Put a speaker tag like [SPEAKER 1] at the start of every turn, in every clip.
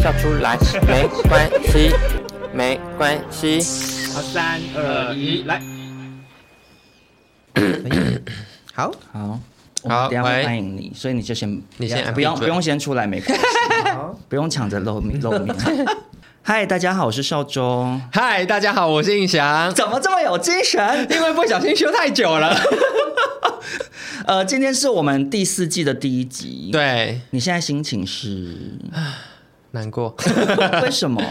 [SPEAKER 1] 笑出来没关系，没关系。
[SPEAKER 2] 好，三二一，来。好，
[SPEAKER 3] 好，我
[SPEAKER 4] 好
[SPEAKER 3] 们等一下
[SPEAKER 4] 喂
[SPEAKER 3] 会欢迎你，所以你就先，
[SPEAKER 4] 你先安
[SPEAKER 3] 不用
[SPEAKER 4] 闭
[SPEAKER 3] 不
[SPEAKER 4] 嘴
[SPEAKER 3] 用先出来，没关系，不用抢着露面露 面。嗨，大家好，我是少周，
[SPEAKER 4] 嗨，大家好，我是印翔。
[SPEAKER 3] 怎么这么有精神？
[SPEAKER 4] 因为不小心休太久了，
[SPEAKER 3] 呃，今天是我们第四季的第一集，，
[SPEAKER 4] 对，
[SPEAKER 3] 你现在心情是
[SPEAKER 4] 难过，
[SPEAKER 3] 为什么？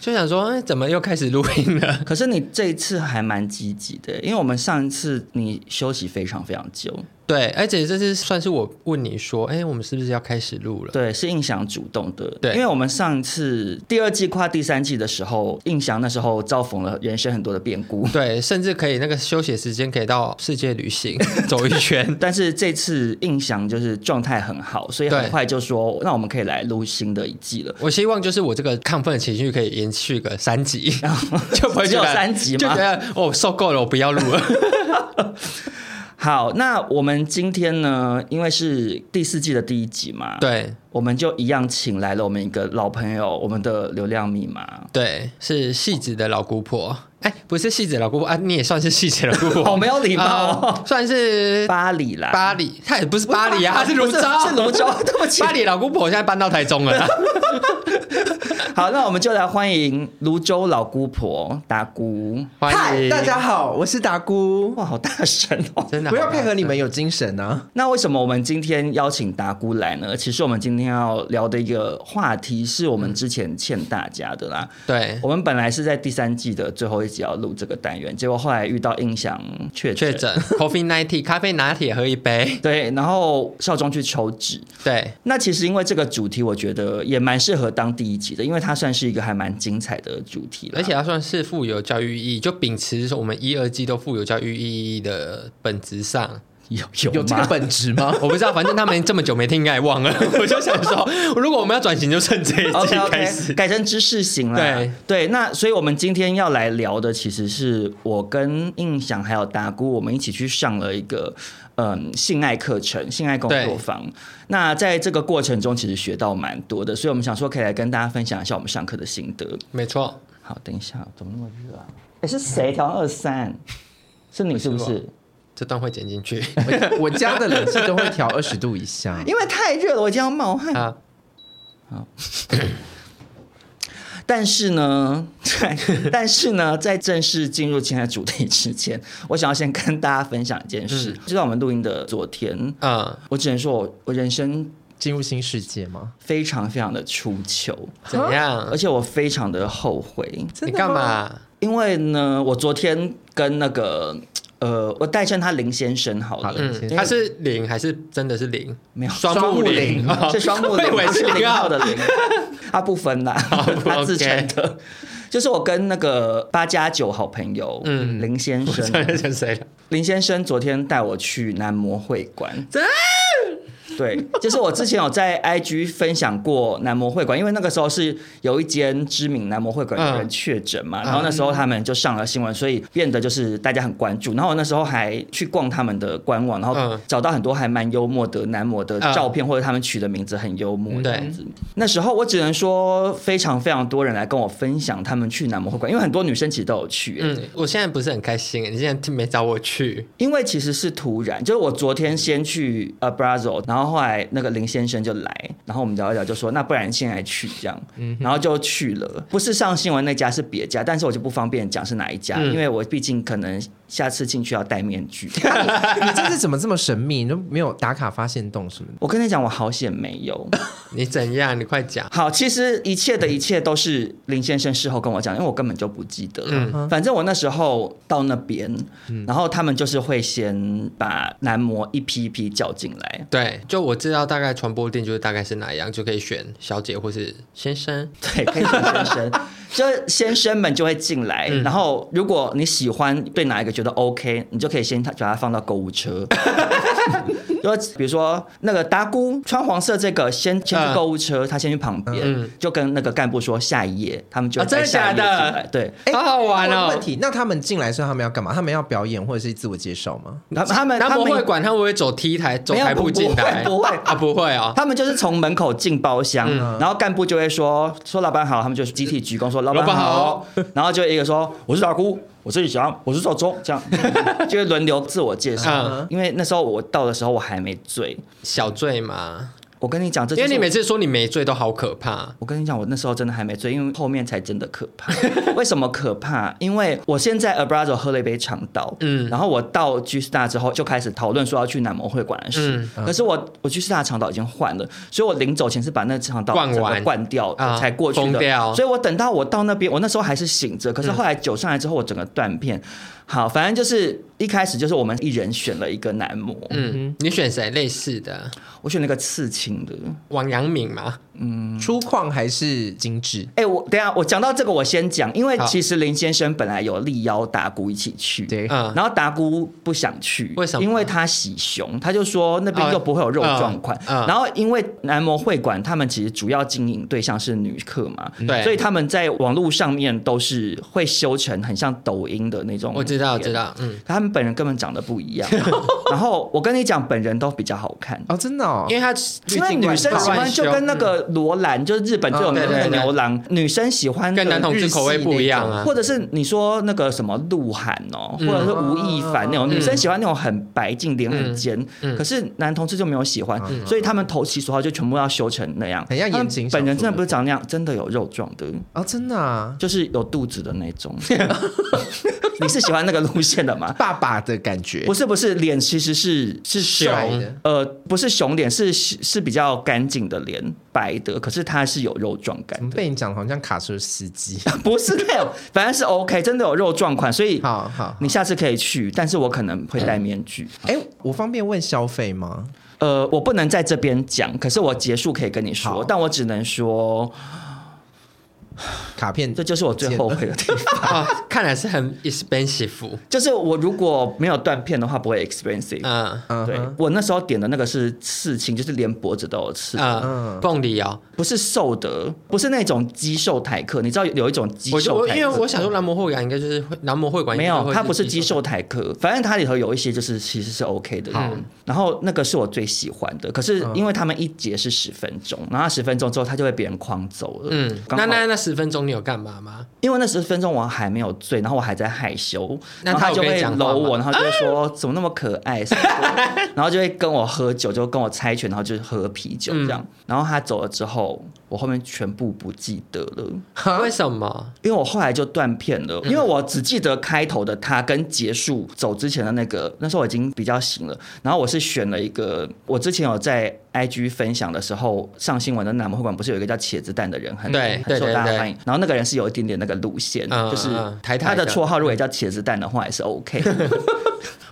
[SPEAKER 4] 就想说，哎，怎么又开始录音了？
[SPEAKER 3] 可是你这一次还蛮积极的，因为我们上一次你休息非常非常久，
[SPEAKER 4] 对，而且这次算是我问你说，哎，我们是不是要开始录了？
[SPEAKER 3] 对，是印象主动的，
[SPEAKER 4] 对
[SPEAKER 3] 因为我们上一次第二季跨第三季的时候，印象那时候遭逢了人生很多的变故，
[SPEAKER 4] 对，甚至可以那个休息时间可以到世界旅行 走一圈。
[SPEAKER 3] 但是这次印象就是状态很好，所以
[SPEAKER 4] 对
[SPEAKER 3] 很快就说，那我们可以来录新的一季了。
[SPEAKER 4] 我希望就是我这个亢奋的情绪可以延续个三集，就不会
[SPEAKER 3] 哦只有
[SPEAKER 4] 觉得
[SPEAKER 3] 三集吗
[SPEAKER 4] 就觉得哦受够了，我不要录了。
[SPEAKER 3] 好，那我们今天呢，因为是第四季的第一集嘛，，
[SPEAKER 4] 对
[SPEAKER 3] 我们就一样请来了我们一个老朋友，我们的流量密码。
[SPEAKER 4] 对，是戏子的老姑婆，哎，不是戏子的老姑婆啊，你也算是戏子的老姑婆，
[SPEAKER 3] 好没有礼貌哦
[SPEAKER 4] 啊算是
[SPEAKER 3] 巴黎啦，
[SPEAKER 4] 巴黎，他也不是巴黎啊，他是泸州，
[SPEAKER 3] 不是是泸州，对不起
[SPEAKER 4] 巴。黎老姑婆现在搬到台中 了，
[SPEAKER 3] 好，那我们就来欢迎泸州老姑婆达姑。
[SPEAKER 4] 欢
[SPEAKER 2] 嗨，
[SPEAKER 4] 迎
[SPEAKER 2] 大家，好，我是达姑。
[SPEAKER 3] 哇，好大声哦！
[SPEAKER 4] 真的
[SPEAKER 2] 不要
[SPEAKER 4] 好
[SPEAKER 2] 配合你们有精神啊！
[SPEAKER 3] 那为什么我们今天邀请达姑来呢？其实我们今天要聊的一个话题是我们之前欠大家的啦。
[SPEAKER 4] 对
[SPEAKER 3] 我们本来是在第三季的最后一集要录这个单元，结果后来遇到印象确
[SPEAKER 4] 确 诊 COVID nineteen 咖啡拿铁喝一杯，
[SPEAKER 3] 对，然后少中去抽脂。
[SPEAKER 4] 对
[SPEAKER 3] 那其实因为这个主题，我觉得也蛮适合当第一集的，因为它算是一个还蛮精彩的主题啦
[SPEAKER 4] 而且它算是富有教育意义，就秉持说我们一二季都富有教育意义的本质上，
[SPEAKER 3] 有有
[SPEAKER 2] 有这个
[SPEAKER 3] 吗？
[SPEAKER 2] 本质 吗？
[SPEAKER 4] 我不知道，反正他们这么久没听，应该也忘 了。我就想说，如果我们要转型，就趁这 一季
[SPEAKER 3] OK
[SPEAKER 4] 开
[SPEAKER 3] OK，
[SPEAKER 4] 始。
[SPEAKER 3] 改成知识型啦。
[SPEAKER 4] 对
[SPEAKER 3] 对，那所以我们今天要来聊的，其实是我跟印象还有达姑，我们一起去上了一个嗯性爱课程、性爱工作坊。那在这个过程中，其实学到蛮多的，所以我们想说可以来跟大家分享一下我们上课的心得。
[SPEAKER 4] 没错，
[SPEAKER 3] 好，等一下，怎么那么热啊？哎，是谁调二三？是你是不
[SPEAKER 4] 不是
[SPEAKER 3] 是？
[SPEAKER 4] 这段会剪进 去
[SPEAKER 2] 我我家的冷气都会调二十度以下。
[SPEAKER 3] 因为太热了，我已经要冒汗。
[SPEAKER 4] 啊。
[SPEAKER 3] 但是呢， 对，但是呢，在正式进入今天的主题之前， 我想要先跟大家分享一件事。就在我们录音的昨天，
[SPEAKER 4] 嗯，
[SPEAKER 3] 我只能说我我人生
[SPEAKER 2] 进入新世界吗？
[SPEAKER 3] 非常非常的出糗，
[SPEAKER 4] 怎样
[SPEAKER 3] 而？且我非常的后悔，
[SPEAKER 4] 你干嘛？
[SPEAKER 3] 因为呢，我昨天跟那个呃，我代称他林先生好了，
[SPEAKER 2] 好林先
[SPEAKER 4] 嗯，
[SPEAKER 2] 生
[SPEAKER 4] 它是零还是真的是零？
[SPEAKER 3] 没有
[SPEAKER 4] 双
[SPEAKER 2] 双
[SPEAKER 4] 木
[SPEAKER 2] 木
[SPEAKER 4] 零
[SPEAKER 2] 零
[SPEAKER 4] 哦
[SPEAKER 3] 是双 木林，
[SPEAKER 4] 我以为
[SPEAKER 3] 不
[SPEAKER 4] 是啊哦
[SPEAKER 3] 零
[SPEAKER 4] 零
[SPEAKER 3] 号
[SPEAKER 4] 号
[SPEAKER 3] 的零，他不分啦， 他自称的。就是我跟那个八加九好朋友，嗯，林先生，
[SPEAKER 4] 是谁 了？
[SPEAKER 3] 林先生昨天带我去男模会馆。对，就是我之前有在 IG 分享过男模会馆，因为那个时候是有一间知名男模会馆有人确诊
[SPEAKER 4] 嗯
[SPEAKER 3] 嘛，然后那时候他们就上了新闻，所以变得就是大家很关注。然后我那时候还去逛他们的官网，然后
[SPEAKER 4] 嗯
[SPEAKER 3] 找到很多还蛮幽默的男模的
[SPEAKER 4] 嗯
[SPEAKER 3] 照片，或者他们取的名字很幽默
[SPEAKER 4] 嗯
[SPEAKER 3] 这样子。那时候我只能说，非常非常多人来跟我分享他们去男模会馆，因为很多女生其实都有去、欸
[SPEAKER 4] 嗯，我现在不是很开心，你现在没找我去，
[SPEAKER 3] 因为其实是突然，就是我昨天先去呃 Brazil，然后后来那个林先生就来，然后我们聊一聊，就说那不然现在去这样，然后就去了，不是上新闻那家是别家，但是我就不方便讲是哪一家，因为我毕竟可能下次进去要戴面具。
[SPEAKER 2] 哎你这次怎么这么神秘？你都没有打卡发现洞什么的？
[SPEAKER 3] 我跟你讲，我好险没有。
[SPEAKER 4] 你怎样？你快讲。
[SPEAKER 3] 好，其实一切的一切都是林先生事后跟我讲，因为我根本就不记得了。反正我那时候到那边，然后他们就是会先把男模一批一批叫进来。
[SPEAKER 4] 对，就我知道大概传播店就是大概是哪样，就可以选小姐或是先生。
[SPEAKER 3] 对，可以选先 生，就是先生们就会进来。
[SPEAKER 4] 嗯
[SPEAKER 3] 然后如果你喜欢对哪一个觉得 OK，你就可以先把它放到购 物车。就比如说那个达姑穿黄色这个，先先去购物车，他先去旁边，就跟那个干部说下一页，他们就
[SPEAKER 4] 嗯啊
[SPEAKER 3] 会
[SPEAKER 4] 真的
[SPEAKER 3] 下一页
[SPEAKER 4] 假的
[SPEAKER 3] 进来对，
[SPEAKER 4] 好好玩
[SPEAKER 2] 我有
[SPEAKER 4] 哦
[SPEAKER 2] 问题，那他们进来的时候他们要干嘛？他们要表演或者是自我介绍吗？
[SPEAKER 3] 他他们
[SPEAKER 4] 他
[SPEAKER 3] 他
[SPEAKER 4] 不会
[SPEAKER 3] 们
[SPEAKER 4] 管，他会不会走 T 台、走
[SPEAKER 3] 没有
[SPEAKER 4] 台
[SPEAKER 3] 不
[SPEAKER 4] 步进来？
[SPEAKER 3] 不会不会
[SPEAKER 4] 啊，不会哦。
[SPEAKER 3] 他们就是从门口进包厢，
[SPEAKER 4] 嗯
[SPEAKER 3] 然后干部就会说说老板好，他们就是集体鞠躬说老板
[SPEAKER 4] 老板
[SPEAKER 3] 好
[SPEAKER 4] 好，
[SPEAKER 3] 然后就一个说我是大姑，我是李翔，我是赵忠，这样就会轮流自我介绍
[SPEAKER 4] 嗯。
[SPEAKER 3] 因为那时候我到的时候我还没醉，
[SPEAKER 4] 小醉嘛，
[SPEAKER 3] 我跟你讲，这
[SPEAKER 4] 因
[SPEAKER 3] 就
[SPEAKER 4] 为
[SPEAKER 3] 是
[SPEAKER 4] 你
[SPEAKER 3] 我
[SPEAKER 4] 每次说你没醉都好可怕。
[SPEAKER 3] 我跟你讲，我那时候真的还没醉，因为后面才真的可怕。 为什么可怕？因为我先在 Abrazo 喝了一杯长岛，嗯，然后我到 G Star 之后就开始讨论说要去南模会馆的
[SPEAKER 4] 嗯
[SPEAKER 3] 事。可是我我 G Star 长岛已经换了，所以我临走前是把那长岛
[SPEAKER 4] 灌完
[SPEAKER 3] 整个灌掉、
[SPEAKER 4] 啊
[SPEAKER 3] 才过去
[SPEAKER 4] 疯
[SPEAKER 3] 的。
[SPEAKER 4] 掉
[SPEAKER 3] 所以我等到我到那边，我那时候还是醒着，可是后来酒上来之后，我整个断片。好，反正就是一开始就是我们一人选了一个男模，
[SPEAKER 4] 嗯，你选谁类似的？
[SPEAKER 3] 我选了个刺青的。
[SPEAKER 4] 王阳明嘛，
[SPEAKER 2] 粗犷还是精致？
[SPEAKER 3] 哎、我等一下我讲到这个，我先讲，因为
[SPEAKER 4] 好
[SPEAKER 3] 其实林先生本来有力邀达姑一起去，
[SPEAKER 2] 对
[SPEAKER 4] 嗯
[SPEAKER 3] 然后达姑不想去，
[SPEAKER 4] 为什么
[SPEAKER 3] 因为他喜熊，他就说那边
[SPEAKER 4] 哦
[SPEAKER 3] 又不会有肉状款。
[SPEAKER 4] 嗯嗯
[SPEAKER 3] 然后因为男模会馆他们其实主要经营对象是女客嘛，
[SPEAKER 4] 嗯对
[SPEAKER 3] 所以他们在网络上面都是会修成很像抖音的那种，
[SPEAKER 4] 我知道，我知。道，嗯，
[SPEAKER 3] 他们本人根本长得不一样，然后我跟你讲，本人都比较好看，
[SPEAKER 2] 哦，真的哦
[SPEAKER 4] 因。为他
[SPEAKER 3] 因为女生喜欢就跟那
[SPEAKER 4] 嗯
[SPEAKER 3] 个罗兰，就是日本最有名的那个
[SPEAKER 4] 嗯对对对
[SPEAKER 3] 牛郎，女生喜欢的
[SPEAKER 4] 跟男同志口味不一样啊嗯
[SPEAKER 3] 或，者是你说那个什么鹿晗哦，或者是吴亦凡
[SPEAKER 4] 哦
[SPEAKER 3] 那种，女生喜欢那种很白净、脸很尖，
[SPEAKER 4] 嗯
[SPEAKER 3] 可是男同志就没有喜欢，所以他们投其所好就全部要修成那样。
[SPEAKER 2] 很像言情
[SPEAKER 3] 他们本人
[SPEAKER 2] 小说
[SPEAKER 3] 真的不是长那样，真的有肉状的，
[SPEAKER 2] 哦，真的啊，
[SPEAKER 3] 就是有肚子的那 种。你是喜欢那个路线的吗？
[SPEAKER 2] 爸爸的感觉哦
[SPEAKER 3] 不是不是，脸其实是是
[SPEAKER 2] 帅
[SPEAKER 4] 熊
[SPEAKER 2] 的，
[SPEAKER 3] 呃，不是熊脸，是是比较干净的脸，白的，可是它是有肉状感
[SPEAKER 2] 怎么被你讲得好像卡车司机？
[SPEAKER 3] 不是那种，反正是 OK，真的有肉状款，所以
[SPEAKER 2] 好好，
[SPEAKER 3] 你下次可以去，但是我可能会戴面具。
[SPEAKER 2] 哎，我方便问消费吗？
[SPEAKER 3] 呃，我不能在这边讲，可是我结束可以跟你说
[SPEAKER 2] 好，
[SPEAKER 3] 但我只能说，
[SPEAKER 2] 卡片
[SPEAKER 3] 这就是我最后悔的地方。
[SPEAKER 4] 哦，看来是很 expensive，
[SPEAKER 3] 就是我如果没有断片的话，不会 expensive。
[SPEAKER 4] 嗯
[SPEAKER 2] 嗯
[SPEAKER 3] 对
[SPEAKER 2] 哼
[SPEAKER 3] 我那时候点的那个是刺青，就是连脖子都有刺，
[SPEAKER 4] 嗯，凤梨哦，
[SPEAKER 3] 不是瘦的，不是那种肌瘦台客。你知道有有一种肌
[SPEAKER 4] 我就
[SPEAKER 3] 瘦
[SPEAKER 4] 我
[SPEAKER 3] 台
[SPEAKER 4] 因
[SPEAKER 3] 客，
[SPEAKER 4] 为我想说男模会馆应该就是会男模会馆应
[SPEAKER 3] 没
[SPEAKER 4] 该
[SPEAKER 3] 有，
[SPEAKER 4] 会
[SPEAKER 3] 它不是
[SPEAKER 4] 肌
[SPEAKER 3] 肌
[SPEAKER 4] 瘦
[SPEAKER 3] 瘦台客，反正它里头有一些就是其实是 OK 的。嗯，然后那个是我最喜欢的，可是
[SPEAKER 4] 嗯
[SPEAKER 3] 因为他们一节是十分钟，然后十分钟之后他就被别人框走了。嗯
[SPEAKER 4] 嗯，，那
[SPEAKER 3] 那
[SPEAKER 4] 那
[SPEAKER 3] 那
[SPEAKER 4] 那十分钟你有干嘛 吗？
[SPEAKER 3] 因为那十分钟我还没有醉，然后我还在害羞，
[SPEAKER 4] 那
[SPEAKER 3] 然后
[SPEAKER 4] 他
[SPEAKER 3] 他
[SPEAKER 4] 有
[SPEAKER 3] 就
[SPEAKER 4] 跟你
[SPEAKER 3] 会
[SPEAKER 4] 讲话
[SPEAKER 3] 搂我，
[SPEAKER 4] 吗啊
[SPEAKER 3] 然后就会说怎么那么可爱，什么的 然后就会跟我喝酒，就跟我猜拳，然后就喝啤酒这
[SPEAKER 4] 嗯
[SPEAKER 3] 样。然后他走了之后，我后面全部不记得了。
[SPEAKER 4] 为什么？
[SPEAKER 3] 因为我后来就断片了，
[SPEAKER 4] 嗯
[SPEAKER 3] 因为我只记得开头的他跟结束走之前的那个，那时候我已经比较醒了。然后我是选了一个，我之前有在 IG 分享的时候上新闻的南模会馆，不是有一个叫茄子蛋的人很
[SPEAKER 4] 对
[SPEAKER 3] 很受
[SPEAKER 4] 对对
[SPEAKER 3] 大家
[SPEAKER 4] 对
[SPEAKER 3] 欢迎。然后那个人是有一点点那个路线，
[SPEAKER 4] 嗯
[SPEAKER 3] 就是
[SPEAKER 4] 嗯台台
[SPEAKER 3] 他的
[SPEAKER 4] 的
[SPEAKER 3] 绰号如果也叫茄子蛋的话也是 OK 。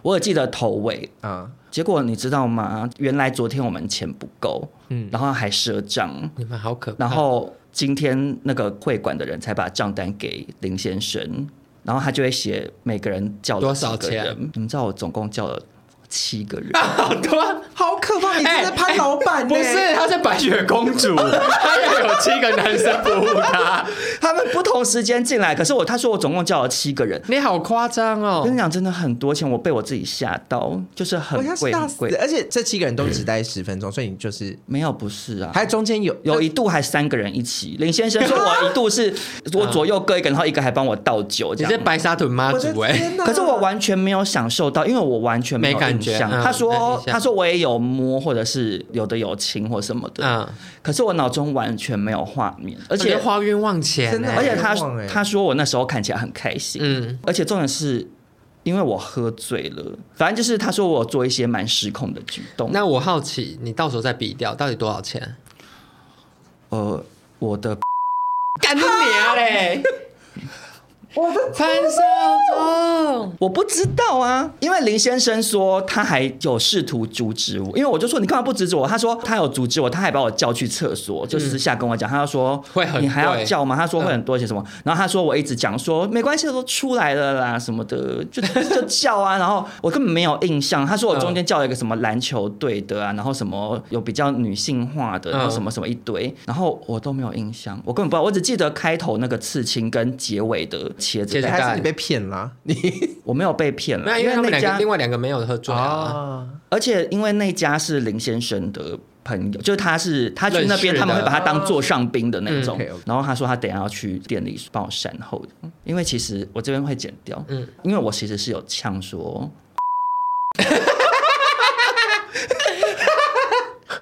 [SPEAKER 3] 我有记得头尾，
[SPEAKER 2] 啊，
[SPEAKER 3] 结果你知道吗？原来昨天我们钱不够，嗯，然后还赊账，
[SPEAKER 4] 你们好可怕。
[SPEAKER 3] 然 后今天那个会馆的人才把账单给林先生，然后他就会写每个人叫了
[SPEAKER 4] 多少
[SPEAKER 3] 几个人
[SPEAKER 4] 钱？
[SPEAKER 3] 你们知道我总共叫了七个人，
[SPEAKER 4] 好 多
[SPEAKER 2] 好可怕！你真的潘老板呢
[SPEAKER 4] 啊不是，她是白雪公 主，她要有七个男生服务她，
[SPEAKER 3] 他们不同时间进来，可是我他说我总共叫了七个人。
[SPEAKER 4] 你好夸张
[SPEAKER 3] 我跟
[SPEAKER 4] 哦
[SPEAKER 3] 你！讲，真的很多钱，我被我自己吓到，就是很
[SPEAKER 2] 我要
[SPEAKER 3] 贵
[SPEAKER 2] 吓
[SPEAKER 3] 很
[SPEAKER 2] 死！欸
[SPEAKER 3] 贵。
[SPEAKER 2] 而且这七个人都只待十分钟，所以你就是
[SPEAKER 3] 没有，不是啊，
[SPEAKER 2] 还中间有
[SPEAKER 3] 有一度还三个人一起。林先生说，我一度 是我左右各一个，然后一个还帮我倒酒，这
[SPEAKER 4] 你
[SPEAKER 3] 样
[SPEAKER 4] 是白沙屯妈
[SPEAKER 2] 我的
[SPEAKER 4] 祖哎，
[SPEAKER 2] 天哪！
[SPEAKER 3] 可是我完全没有享受到，因为我完全没有
[SPEAKER 4] 没感
[SPEAKER 3] 印
[SPEAKER 4] 觉
[SPEAKER 3] 象
[SPEAKER 4] 嗯
[SPEAKER 3] 他
[SPEAKER 4] 没
[SPEAKER 3] 说
[SPEAKER 4] 印象
[SPEAKER 3] 他说我也有摸，或者是有的有亲或什么 的，
[SPEAKER 4] 嗯，
[SPEAKER 3] 可是我脑中完全没有画面，而
[SPEAKER 4] 而
[SPEAKER 3] 且
[SPEAKER 4] 花冤枉钱
[SPEAKER 2] 真的
[SPEAKER 4] 欸，
[SPEAKER 3] 而且他
[SPEAKER 2] 很冤枉欸
[SPEAKER 3] 他说我那时候看起来很开心，
[SPEAKER 4] 嗯，
[SPEAKER 3] 而且重点是因为我喝醉了，反正就是他说我有做一些蛮失控的举动。
[SPEAKER 4] 那我好奇，你到时候再比掉到底多少钱？
[SPEAKER 3] 呃，我的
[SPEAKER 4] 干你娘 嘞！我的潘少忠，
[SPEAKER 3] 呃我不知道啊，因为林先生说他还有试图阻止我，因为我就说你干嘛不阻止我？他说他有阻止我，他还把我叫去厕所，就私下跟我讲，他说
[SPEAKER 4] 嗯会很
[SPEAKER 3] 你还要
[SPEAKER 4] 贵
[SPEAKER 3] 叫吗？他说会很多钱什么，然后他说我一直讲说没关系都出来了啦什么的，就就叫啊，然后我根本没有印象。他说我
[SPEAKER 4] 嗯
[SPEAKER 3] 中间叫了一个什么篮球队的啊，然后什么有比较女性化的，然后
[SPEAKER 4] 嗯
[SPEAKER 3] 什么什么一堆，然后我都没有印象，我根本不知道，我只记得开头那个刺青跟结尾的茄子
[SPEAKER 4] 茄子
[SPEAKER 3] 蛋
[SPEAKER 4] 蛋
[SPEAKER 2] 还是你被骗啦？你
[SPEAKER 3] 我没有被骗
[SPEAKER 4] 没有，
[SPEAKER 3] 了，
[SPEAKER 4] 因为他们
[SPEAKER 3] 那
[SPEAKER 4] 两个
[SPEAKER 3] 家
[SPEAKER 4] 另，外两个没有喝醉啊。
[SPEAKER 2] 啊，
[SPEAKER 3] 而且因为那家是林先生的朋友，就是他是他去那
[SPEAKER 4] 认识
[SPEAKER 3] 边，
[SPEAKER 4] 的
[SPEAKER 3] 他们会把他当座上宾的那种。
[SPEAKER 2] 嗯，OK，OK
[SPEAKER 3] 然后他说他等一下要去店里帮我善后的，因为其实我这边会剪掉，
[SPEAKER 4] 嗯
[SPEAKER 3] 嗯，因为我其实是有呛说。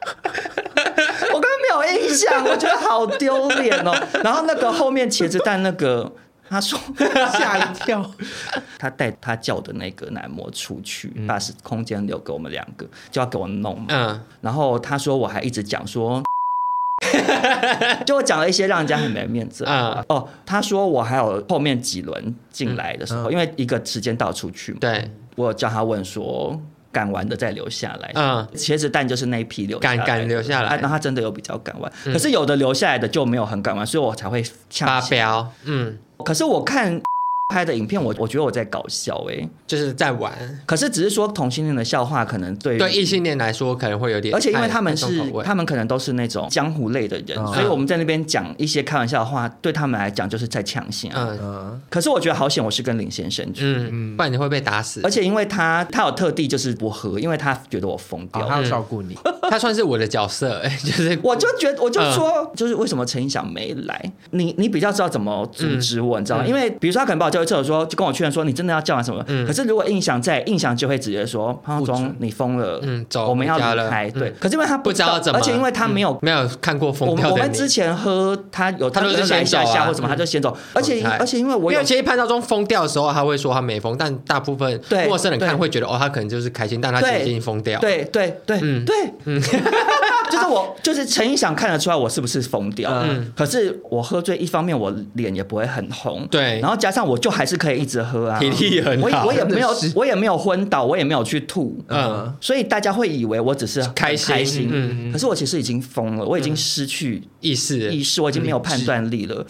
[SPEAKER 3] 我根本没有印象，我觉得好丢脸 哦。然后那个后面茄子蛋那个，他说
[SPEAKER 2] 吓一跳。
[SPEAKER 3] 他带他叫的那个男模出去，把空间留给我们两个，就要给我弄嘛。
[SPEAKER 4] 嗯，
[SPEAKER 3] 然后他说我还一直讲 说，就我讲了一些让人家很没面子啊
[SPEAKER 4] 啊。
[SPEAKER 3] 哦，他说我还有后面几轮进来的时候，
[SPEAKER 2] 嗯
[SPEAKER 3] 因为一个时间到出去嘛，
[SPEAKER 4] 对，
[SPEAKER 3] 我有叫他问说。敢玩的再留下来，
[SPEAKER 4] 嗯
[SPEAKER 3] 茄子蛋就是那一批留下来的
[SPEAKER 4] 敢敢留下来
[SPEAKER 3] 啊那、他真的有比较敢玩，可是有的留下来的就没有很敢玩，所以我才会
[SPEAKER 4] 嗯发
[SPEAKER 3] 呛起来。
[SPEAKER 4] 飙，嗯，
[SPEAKER 3] 可是我看 拍的影片，我我觉得我在搞笑哎、
[SPEAKER 4] 就是在玩。
[SPEAKER 3] 可是只是说同性恋的笑话，可能对于
[SPEAKER 4] 对异性恋来说可能会有点太，
[SPEAKER 3] 而且因为他们
[SPEAKER 4] 太重
[SPEAKER 3] 是
[SPEAKER 4] 口味
[SPEAKER 3] 他们可能都是那种江湖类的人，
[SPEAKER 2] 嗯
[SPEAKER 3] 所以我们在那边讲一些开玩笑的话，对他们来讲就是在抢性啊。
[SPEAKER 4] 嗯
[SPEAKER 2] 嗯，
[SPEAKER 3] 可是我觉得好险，我是跟林先生去。
[SPEAKER 4] 嗯，不然你会被打死
[SPEAKER 3] 而。且因为他他有特地就是不喝，因为他觉得我疯
[SPEAKER 4] 哦
[SPEAKER 3] 掉
[SPEAKER 2] 好，
[SPEAKER 3] 了。
[SPEAKER 2] 他要照顾你，
[SPEAKER 4] 他算是我的角色，哎， 就是
[SPEAKER 3] 我就觉得，我就
[SPEAKER 4] 嗯
[SPEAKER 3] 说，就是为什么陈意想没来？你你比较知道怎么阻止我，你知道吗？
[SPEAKER 4] 嗯
[SPEAKER 3] 因为比如说他可能把我叫去厕所说，就跟我确认说你真的要叫完什么。可是如果印象在，印象就会直接说潘少忠你疯了，
[SPEAKER 4] 嗯走
[SPEAKER 3] 我们要
[SPEAKER 4] 回家
[SPEAKER 3] 离
[SPEAKER 4] 了
[SPEAKER 3] 开。
[SPEAKER 4] 嗯
[SPEAKER 3] 对，可是因为他
[SPEAKER 4] 不知道怎么，
[SPEAKER 3] 而且因为他没有
[SPEAKER 4] 嗯没有看过
[SPEAKER 3] 我
[SPEAKER 4] 疯
[SPEAKER 3] 们
[SPEAKER 4] 掉
[SPEAKER 3] 我
[SPEAKER 4] 的
[SPEAKER 3] 们
[SPEAKER 4] 你。
[SPEAKER 3] 之前喝他有
[SPEAKER 4] 他都是
[SPEAKER 3] 可能
[SPEAKER 4] 先
[SPEAKER 3] 来一下
[SPEAKER 4] 走啊
[SPEAKER 3] 下或什
[SPEAKER 4] 嗯
[SPEAKER 3] 么，他就先走，而且
[SPEAKER 4] 走开
[SPEAKER 3] 而且因为我
[SPEAKER 4] 因
[SPEAKER 3] 有
[SPEAKER 4] 为其实潘少忠疯掉的时候，他会说他没疯，但大部分
[SPEAKER 3] 对
[SPEAKER 4] 陌生人看
[SPEAKER 3] 对
[SPEAKER 4] 会觉得哦，他可能就是开心，但他其实
[SPEAKER 3] 对
[SPEAKER 4] 已经疯掉。，
[SPEAKER 3] 对对对
[SPEAKER 4] 嗯
[SPEAKER 3] 对， 就是我就是陈意想看得出来我是不是疯掉，
[SPEAKER 4] 嗯
[SPEAKER 3] 可是我喝醉，一方面我脸也不会很红，
[SPEAKER 4] 对
[SPEAKER 3] 然后加上我就还是可以一直喝啊，
[SPEAKER 4] 体力很
[SPEAKER 3] 我也
[SPEAKER 4] 好
[SPEAKER 3] 我也没有
[SPEAKER 2] 真的是
[SPEAKER 3] 我也没有昏倒，我也没有去吐，
[SPEAKER 4] 嗯，
[SPEAKER 3] 所以大家会以为我只是很
[SPEAKER 4] 开心
[SPEAKER 3] 开心，
[SPEAKER 4] 嗯
[SPEAKER 3] 可是我其实已经疯了，我已经失去
[SPEAKER 4] 意识
[SPEAKER 3] 意识，我已经没
[SPEAKER 4] 嗯
[SPEAKER 3] 有判断力了。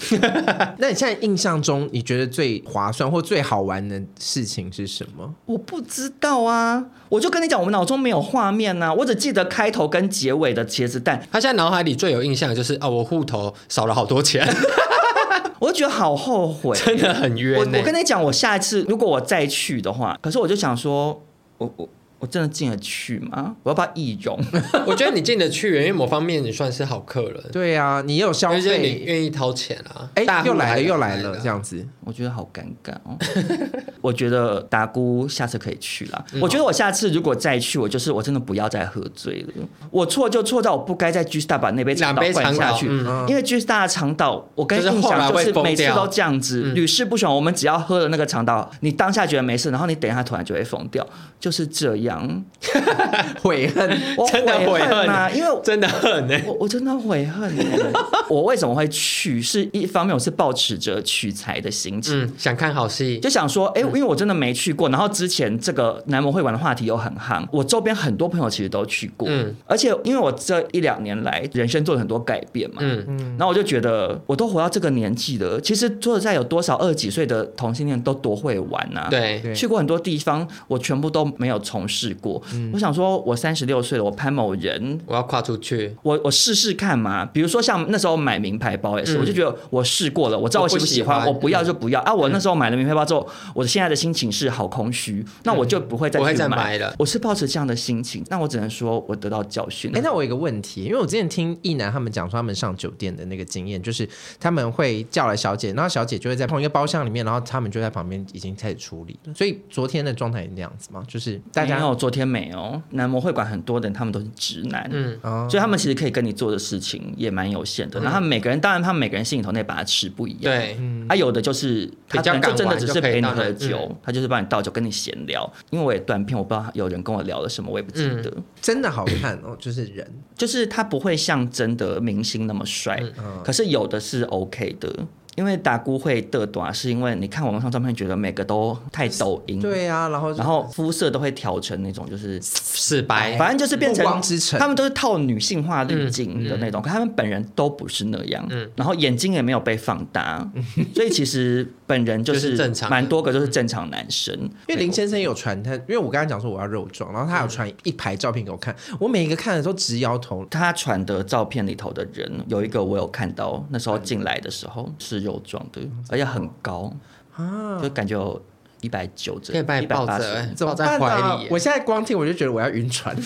[SPEAKER 2] 那你现在印象中你觉得最划算或最好玩的事情是什么？
[SPEAKER 3] 我不知道啊，我就跟你讲，我们脑中没有画面呐、我只记得开头跟结尾的茄子蛋，
[SPEAKER 4] 他现在脑海里最有印象的就是哦，我户头少了好多钱，
[SPEAKER 3] 我就觉得好后悔。
[SPEAKER 4] 真的很
[SPEAKER 3] 我
[SPEAKER 4] 冤欸呢、
[SPEAKER 3] 我跟你讲，我下一次如果我再去的话，可是我就想说，我我我真的进得去吗？我要不要易容？
[SPEAKER 4] 我觉得你进得去，因为某方面你算是好客人，
[SPEAKER 2] 对啊，你也有消
[SPEAKER 4] 而且你
[SPEAKER 2] 费，
[SPEAKER 4] 愿意掏钱啊。
[SPEAKER 2] 哎
[SPEAKER 4] 大，户
[SPEAKER 2] 又来
[SPEAKER 4] 还
[SPEAKER 2] 了
[SPEAKER 4] 有
[SPEAKER 2] 又来了，这样子。
[SPEAKER 3] 我觉得好尴尬哦。 我觉得达姑下次可以去啦。
[SPEAKER 4] 嗯
[SPEAKER 3] 我觉得我下次如果再去，我就是我真的不要再喝醉了。我错就错到我不该在 G Star 把那杯长岛
[SPEAKER 4] 两杯
[SPEAKER 3] 灌下
[SPEAKER 4] 长岛
[SPEAKER 3] 去，
[SPEAKER 4] 嗯
[SPEAKER 3] 因为 G Star 的长岛，我跟
[SPEAKER 4] 就是
[SPEAKER 3] 印
[SPEAKER 4] 后来
[SPEAKER 3] 象就
[SPEAKER 4] 会
[SPEAKER 3] 是
[SPEAKER 4] 疯
[SPEAKER 3] 每次
[SPEAKER 4] 掉嗯
[SPEAKER 3] 都这样子，屡试不爽。我们只要喝了那个长岛，你当下觉得没事，然后你等一下突然就会疯掉，就是这样。
[SPEAKER 2] 悔恨，
[SPEAKER 3] 我
[SPEAKER 4] 真的悔
[SPEAKER 3] 恨
[SPEAKER 4] 恨
[SPEAKER 3] 啊，因为
[SPEAKER 4] 真的很欸呢、
[SPEAKER 3] 我我真的悔恨欸。 我为什么会去？是一方面我是抱持着取材的心情。
[SPEAKER 4] 嗯，想看好戏，
[SPEAKER 3] 就想说，哎、因为我真的没去过，然后之前这个男模会馆的话题又很夯，我周边很多朋友其实都去过，
[SPEAKER 4] 嗯
[SPEAKER 3] 而且因为我这一两年来人生做了很多改变嘛，
[SPEAKER 4] 嗯，
[SPEAKER 3] 然后我就觉得我都活到这个年纪了，其实说实在有多少二十几岁的同性恋都多会玩啊，，
[SPEAKER 4] 对，
[SPEAKER 2] 对
[SPEAKER 3] 去过很多地方，我全部都没有从事过，我想说，我三十六岁了，我潘某人。
[SPEAKER 4] 我要跨出去，
[SPEAKER 3] 我我试试看嘛，比如说像那时候买名牌包也是，
[SPEAKER 4] 嗯
[SPEAKER 3] 我就觉得我试过了，我知道我喜不喜欢，
[SPEAKER 4] 我不喜
[SPEAKER 3] 我
[SPEAKER 4] 欢嗯
[SPEAKER 3] 不要就不要、啊。我那时候买了名牌包之后，我现在的心情是好空虚，那我就不会再
[SPEAKER 4] 嗯不会
[SPEAKER 3] 去
[SPEAKER 4] 再
[SPEAKER 3] 买
[SPEAKER 4] 买了
[SPEAKER 3] 我是抱持这样的心情，那我只能说我得到教训。
[SPEAKER 2] 哎、那我有一个问题，因为我之前听一男他们讲说他们上酒店的那个经验，就是他们会叫来小姐，然后小姐就会在同一个包厢里面，然后他们就在旁边已经开始处理了。所以昨天的状态也那样子吗？就是大家
[SPEAKER 3] 没有有，昨天没有。男模会馆很多的人，他们都是直男，
[SPEAKER 4] 嗯，
[SPEAKER 2] 哦，
[SPEAKER 3] 所以他们其实可以跟你做的事情也蛮有限的。然后他们每个人，当然他们每个人心里头那把尺不一样。，
[SPEAKER 4] 对，
[SPEAKER 3] 啊，有的就是他
[SPEAKER 4] 嗯比较
[SPEAKER 3] 可能就
[SPEAKER 4] 敢
[SPEAKER 3] 真的
[SPEAKER 4] 玩
[SPEAKER 3] 只
[SPEAKER 4] 就是可以
[SPEAKER 3] 陪你
[SPEAKER 4] 到那
[SPEAKER 3] 喝
[SPEAKER 4] 嗯
[SPEAKER 3] 酒，他就是帮你倒酒跟你闲聊。因为我也断片，我不知道有人跟我聊了什么，我也不记
[SPEAKER 4] 嗯
[SPEAKER 3] 得。
[SPEAKER 2] 真的好看哦，就是人，
[SPEAKER 3] 就是他不会像真的明星那么帅，
[SPEAKER 2] 嗯
[SPEAKER 3] 可是有的是 OK 的。因为打姑会的短，是因为你看网络上照片，觉得每个都太抖音，，
[SPEAKER 2] 对啊，然后
[SPEAKER 3] 嗯然后肤色都会调成那种，就是
[SPEAKER 4] 四白，
[SPEAKER 3] 反正就是变成
[SPEAKER 2] 暮光之城
[SPEAKER 3] 他们都是套女性化滤镜的
[SPEAKER 4] 嗯
[SPEAKER 3] 那种，可他们本人都不是那样，然后眼睛也没有被放 大，所以其实本人就
[SPEAKER 4] 就是
[SPEAKER 3] 是
[SPEAKER 4] 正常的
[SPEAKER 3] 蛮多个就是正常男生，
[SPEAKER 2] 因为林先生有传他，因为我刚才讲说我要肉壮，然后他有传一排照片给我看，我每一个看的都直摇头。
[SPEAKER 3] 他传的照片里头的人，有一个我有看到，那时候进来的时候是肉壮的，
[SPEAKER 4] 嗯
[SPEAKER 3] 而且很高啊，就感觉有一百九
[SPEAKER 4] 可以
[SPEAKER 3] 这
[SPEAKER 4] 把
[SPEAKER 3] 一
[SPEAKER 4] 你
[SPEAKER 3] 百
[SPEAKER 4] 抱
[SPEAKER 3] 八
[SPEAKER 4] 着，
[SPEAKER 3] 十
[SPEAKER 4] 哎，
[SPEAKER 2] 怎
[SPEAKER 4] 抱
[SPEAKER 2] 么
[SPEAKER 4] 在
[SPEAKER 2] 办
[SPEAKER 4] 怀
[SPEAKER 2] 啊
[SPEAKER 4] 里？耶，
[SPEAKER 2] 我现在光听我就觉得我要晕船， 嗯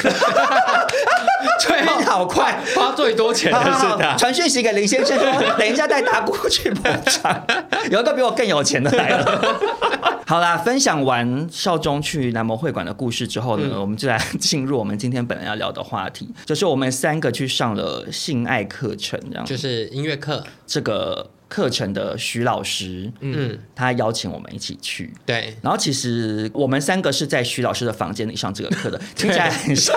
[SPEAKER 3] 吹好快。
[SPEAKER 4] 花最多钱
[SPEAKER 3] 好
[SPEAKER 4] 的
[SPEAKER 3] 好
[SPEAKER 4] 是
[SPEAKER 3] 好
[SPEAKER 4] 他，
[SPEAKER 3] 传讯息给林先生说，等一下带达姑去捧场，有一个比我更有钱的来了。 好啦，分享完少中去南模会馆的故事之后呢，
[SPEAKER 4] 嗯
[SPEAKER 3] 我们就来进入我们今天本来要聊的话题，就是我们三个去上了性爱课程，这 样
[SPEAKER 4] 就是音乐课，
[SPEAKER 3] 这个课程的徐老师，
[SPEAKER 4] 嗯，
[SPEAKER 3] 他邀请我们一起去。
[SPEAKER 4] 对，
[SPEAKER 3] 然后其实我们三个是在徐老师的房间里上这个课的，听起来很像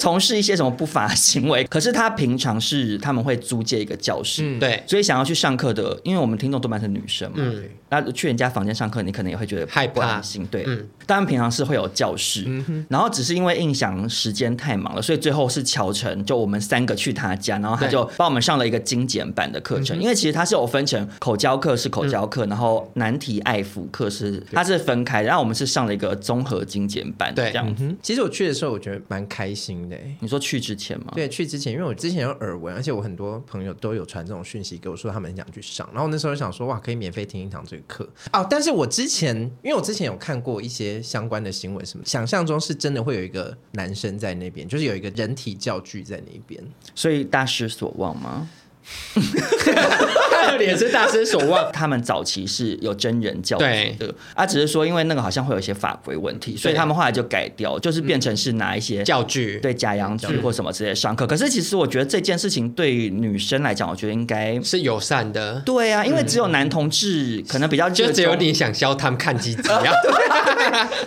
[SPEAKER 3] 从事一些什么不法行为。可是他平常是他们会租借一个教室，
[SPEAKER 2] 嗯
[SPEAKER 4] 对，
[SPEAKER 3] 所以想要去上课的，因为我们听众多半是女生嘛，
[SPEAKER 4] 嗯
[SPEAKER 3] 那去人家房间上课，你可能也会觉得
[SPEAKER 4] 害怕
[SPEAKER 3] 不安心，对，
[SPEAKER 4] 嗯
[SPEAKER 3] 当然平常是会有教室，然后只是因为印象时间太忙了，所以最后是乔晨就我们三个去他家，然后他
[SPEAKER 4] 对嗯
[SPEAKER 3] 就帮我们上了一个精简版的课程，因为其实他是有分成口交课是口交课，然后难题爱抚课是
[SPEAKER 4] 嗯
[SPEAKER 3] 它是分开的，然后我们是上了一个综合精简版，
[SPEAKER 4] 对
[SPEAKER 3] 这样。
[SPEAKER 2] 嗯其实我去的时候我觉得蛮开心的、欸。
[SPEAKER 3] 你说去之前吗？
[SPEAKER 2] 对，去之前，因为我之前有耳闻，而且我很多朋友都有传这种讯息给我，说他们很想去上。然后那时候想说，哇，可以免费听一堂这个课哦。但是我之前，因为我之前有看过一些相关的新闻，什么想象中是真的会有一个男生在那边，就是有一个人体教具在那边。
[SPEAKER 3] 所以大失所望吗？
[SPEAKER 4] 他的脸是大失所望，
[SPEAKER 3] 他们早期是有真人教学的，啊，只是说因为那个好像会有一些法规问题，所以他们后来就改掉，就是变成是拿一些
[SPEAKER 4] 教嗯具，
[SPEAKER 3] 对假洋剧或什么之类的上课。可是其实我觉得这件事情对于女生来讲，我觉得应该
[SPEAKER 4] 是友善的，
[SPEAKER 3] 对啊，因为只有男同志可能比较
[SPEAKER 4] 嗯
[SPEAKER 3] 热
[SPEAKER 4] 就只有
[SPEAKER 3] 衷
[SPEAKER 4] 你想削他们看鸡 鸡啊，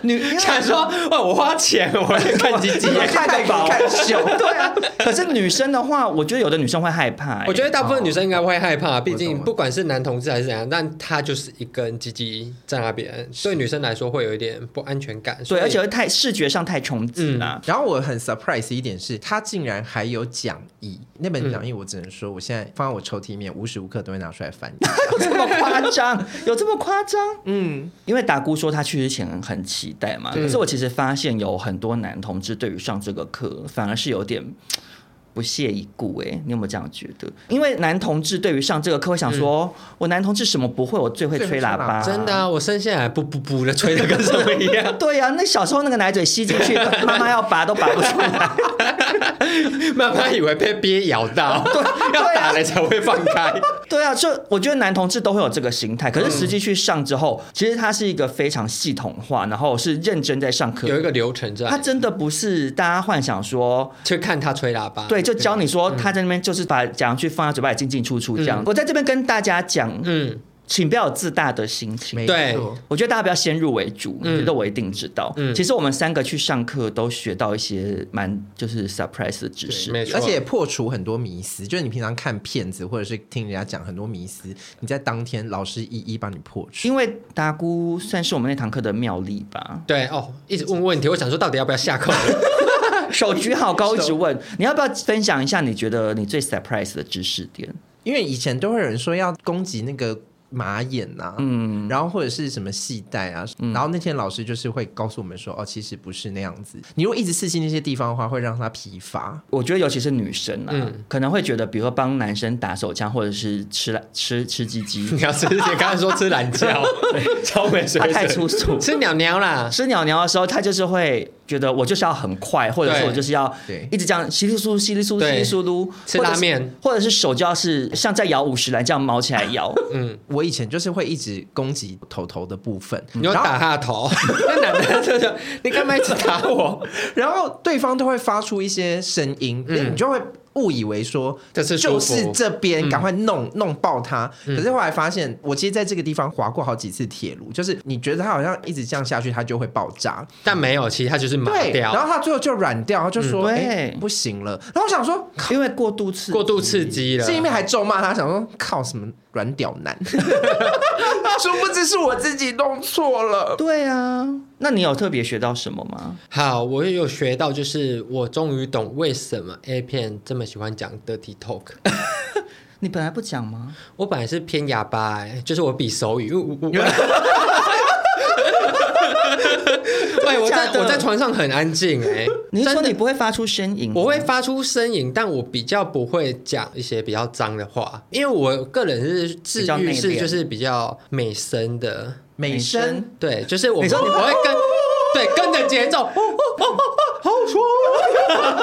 [SPEAKER 3] 女，因为
[SPEAKER 4] 想说哇，我花钱我要看鸡鸡，啊
[SPEAKER 3] 看
[SPEAKER 2] 太
[SPEAKER 3] 个
[SPEAKER 2] 饱
[SPEAKER 3] 饱看秀，对啊。可是女生的话，我觉得有的女生会害怕、欸
[SPEAKER 4] 我觉得大部分女生应该会害怕，毕
[SPEAKER 2] 我懂
[SPEAKER 4] 竟
[SPEAKER 2] 了
[SPEAKER 4] 不管是男同志还是怎样，但他就是一根鸡鸡在那边，对女生来说会有一点不安全感。所
[SPEAKER 3] 对，
[SPEAKER 4] 以嗯
[SPEAKER 3] 而且会太视觉上太冲击啦。
[SPEAKER 2] 然后我很 surprise 一点是，他竟然还有讲义。那本讲义我只能说，我现在放在我抽屉里面，无时无刻都会拿出来翻。
[SPEAKER 3] 有这么夸张？ 有这么夸张？
[SPEAKER 2] 嗯，
[SPEAKER 3] 因为达姑说她去之前很期待嘛，可是我其实发现有很多男同志对于上这个课反而是有点。不屑一顾哎、你有没有这样觉得？因为男同志对于上这个课，会想说、我男同志什么不会，我最会
[SPEAKER 2] 最会
[SPEAKER 3] 吹喇
[SPEAKER 2] 吹喇
[SPEAKER 3] 叭。
[SPEAKER 2] 叭
[SPEAKER 4] 真的、啊，我生下来不不不的吹的跟什么一样，
[SPEAKER 3] 对呀、那小时候那个奶嘴吸进去， 妈妈要拔都拔不出来。
[SPEAKER 4] 慢慢以为被鳖咬到，要打了才会放开。
[SPEAKER 3] 对啊，就我觉得男同志都会有这个心态，可是实际去上之后，其实它是一个非常系统化，然后是认真在上课。
[SPEAKER 4] 有一个流程在
[SPEAKER 3] 它，真的不是大家幻想说
[SPEAKER 4] 去看他吹喇叭，
[SPEAKER 3] 对，就教你说他在那边就是把假洋去放在嘴巴里进进出出这样。我在这边跟大家讲，
[SPEAKER 4] 嗯，
[SPEAKER 3] 请不要有自大的心情。
[SPEAKER 2] 没
[SPEAKER 4] 对
[SPEAKER 2] 错。
[SPEAKER 3] 我觉得大家不要先入为主，我
[SPEAKER 4] 嗯
[SPEAKER 3] 觉得我一定知道。
[SPEAKER 4] 嗯
[SPEAKER 3] 其实我们三个去上课都学到一些蛮就是 surprise 的知识。
[SPEAKER 4] 没错，
[SPEAKER 2] 而且也破除很多迷思，就是你平常看片子或者是听人家讲很多迷思，你在当天老师一一帮你破除。
[SPEAKER 3] 因为达姑算是我们那堂课的妙丽 吧，
[SPEAKER 4] 对哦，一直问问题，我想说到底要不要下课？
[SPEAKER 3] 手举好高，一直问你要不要分享一下你觉得你最 surprise 的知识点？
[SPEAKER 2] 因为以前都会有人说要攻击那个马眼呐、嗯，然后或者是什么系带啊，然后那天老师就是会告诉我们说，哦，其实不是那样子。你如果一直刺激那些地方的话，会让他疲乏。
[SPEAKER 3] 我觉得尤其是女生啊，
[SPEAKER 4] 嗯
[SPEAKER 3] 可能会觉得，比如说帮男生打手枪，或者是吃了吃吃鸡鸡，
[SPEAKER 4] 你要吃，你刚才说吃懒觉，超没水
[SPEAKER 3] 他
[SPEAKER 4] 准，
[SPEAKER 3] 太粗俗。
[SPEAKER 4] 吃鸟鸟啦，
[SPEAKER 3] 吃鸟鸟的时候，他就是会觉得我就是要很快，或者是
[SPEAKER 4] 对
[SPEAKER 3] 我就是要
[SPEAKER 2] 对
[SPEAKER 3] 一直这样稀里疏稀里疏稀
[SPEAKER 4] 对
[SPEAKER 3] 里疏噜，
[SPEAKER 4] 吃
[SPEAKER 3] 或者
[SPEAKER 4] 拉
[SPEAKER 3] 是
[SPEAKER 4] 面，
[SPEAKER 3] 或者是手就要是像在摇五十来这样毛起来摇。
[SPEAKER 4] 嗯
[SPEAKER 2] 我以前就是会一直攻击头头的部分，
[SPEAKER 4] 你就
[SPEAKER 2] 然后
[SPEAKER 4] 打他的头，嗯 那男的就说：“你干嘛一直打我
[SPEAKER 2] 然后对方都会发出一些声音，你就会误以为说
[SPEAKER 4] 嗯这是舒
[SPEAKER 2] 就
[SPEAKER 4] 服嗯
[SPEAKER 2] 是这边，赶快弄、弄爆它。可是后来发现，我其实在这个地方划过好几次铁路，就是你觉得它好像一直这样下去，它就会爆炸。？”
[SPEAKER 4] 但没有，其实他就是麻
[SPEAKER 2] 对，然
[SPEAKER 4] 掉，
[SPEAKER 2] 后它最后就软掉，它就说：“
[SPEAKER 3] 嗯
[SPEAKER 2] 哎、
[SPEAKER 3] 对
[SPEAKER 2] 不行了。”然后我想说，
[SPEAKER 3] 因为过度刺激
[SPEAKER 4] 过度刺激了。
[SPEAKER 2] 心里面还咒骂他，想说靠什么软屌男， 殊不知是我自己弄错了。
[SPEAKER 3] 对啊，那你有特别学到什么吗？
[SPEAKER 4] 好，我也有学到，就是我终于懂为什么 A 片这么喜欢讲 dirty talk。
[SPEAKER 3] 你本来不讲吗？
[SPEAKER 4] 我本来是偏哑巴、欸，就是我比手语，因为我 我。对，我在
[SPEAKER 3] 真的假的
[SPEAKER 4] 我在床上很安静哎、
[SPEAKER 3] 你是说
[SPEAKER 4] 真的
[SPEAKER 3] 你不会发出声音？
[SPEAKER 4] 我会发出呻吟，但我比较不会讲一些比较脏的话，因为我个人是治
[SPEAKER 3] 比较内
[SPEAKER 4] 愈
[SPEAKER 3] 敛
[SPEAKER 4] 是就是比较美声的，
[SPEAKER 2] 美
[SPEAKER 3] 声
[SPEAKER 2] 声，
[SPEAKER 4] 对，就是我你说你不会跟对跟着节奏，好爽，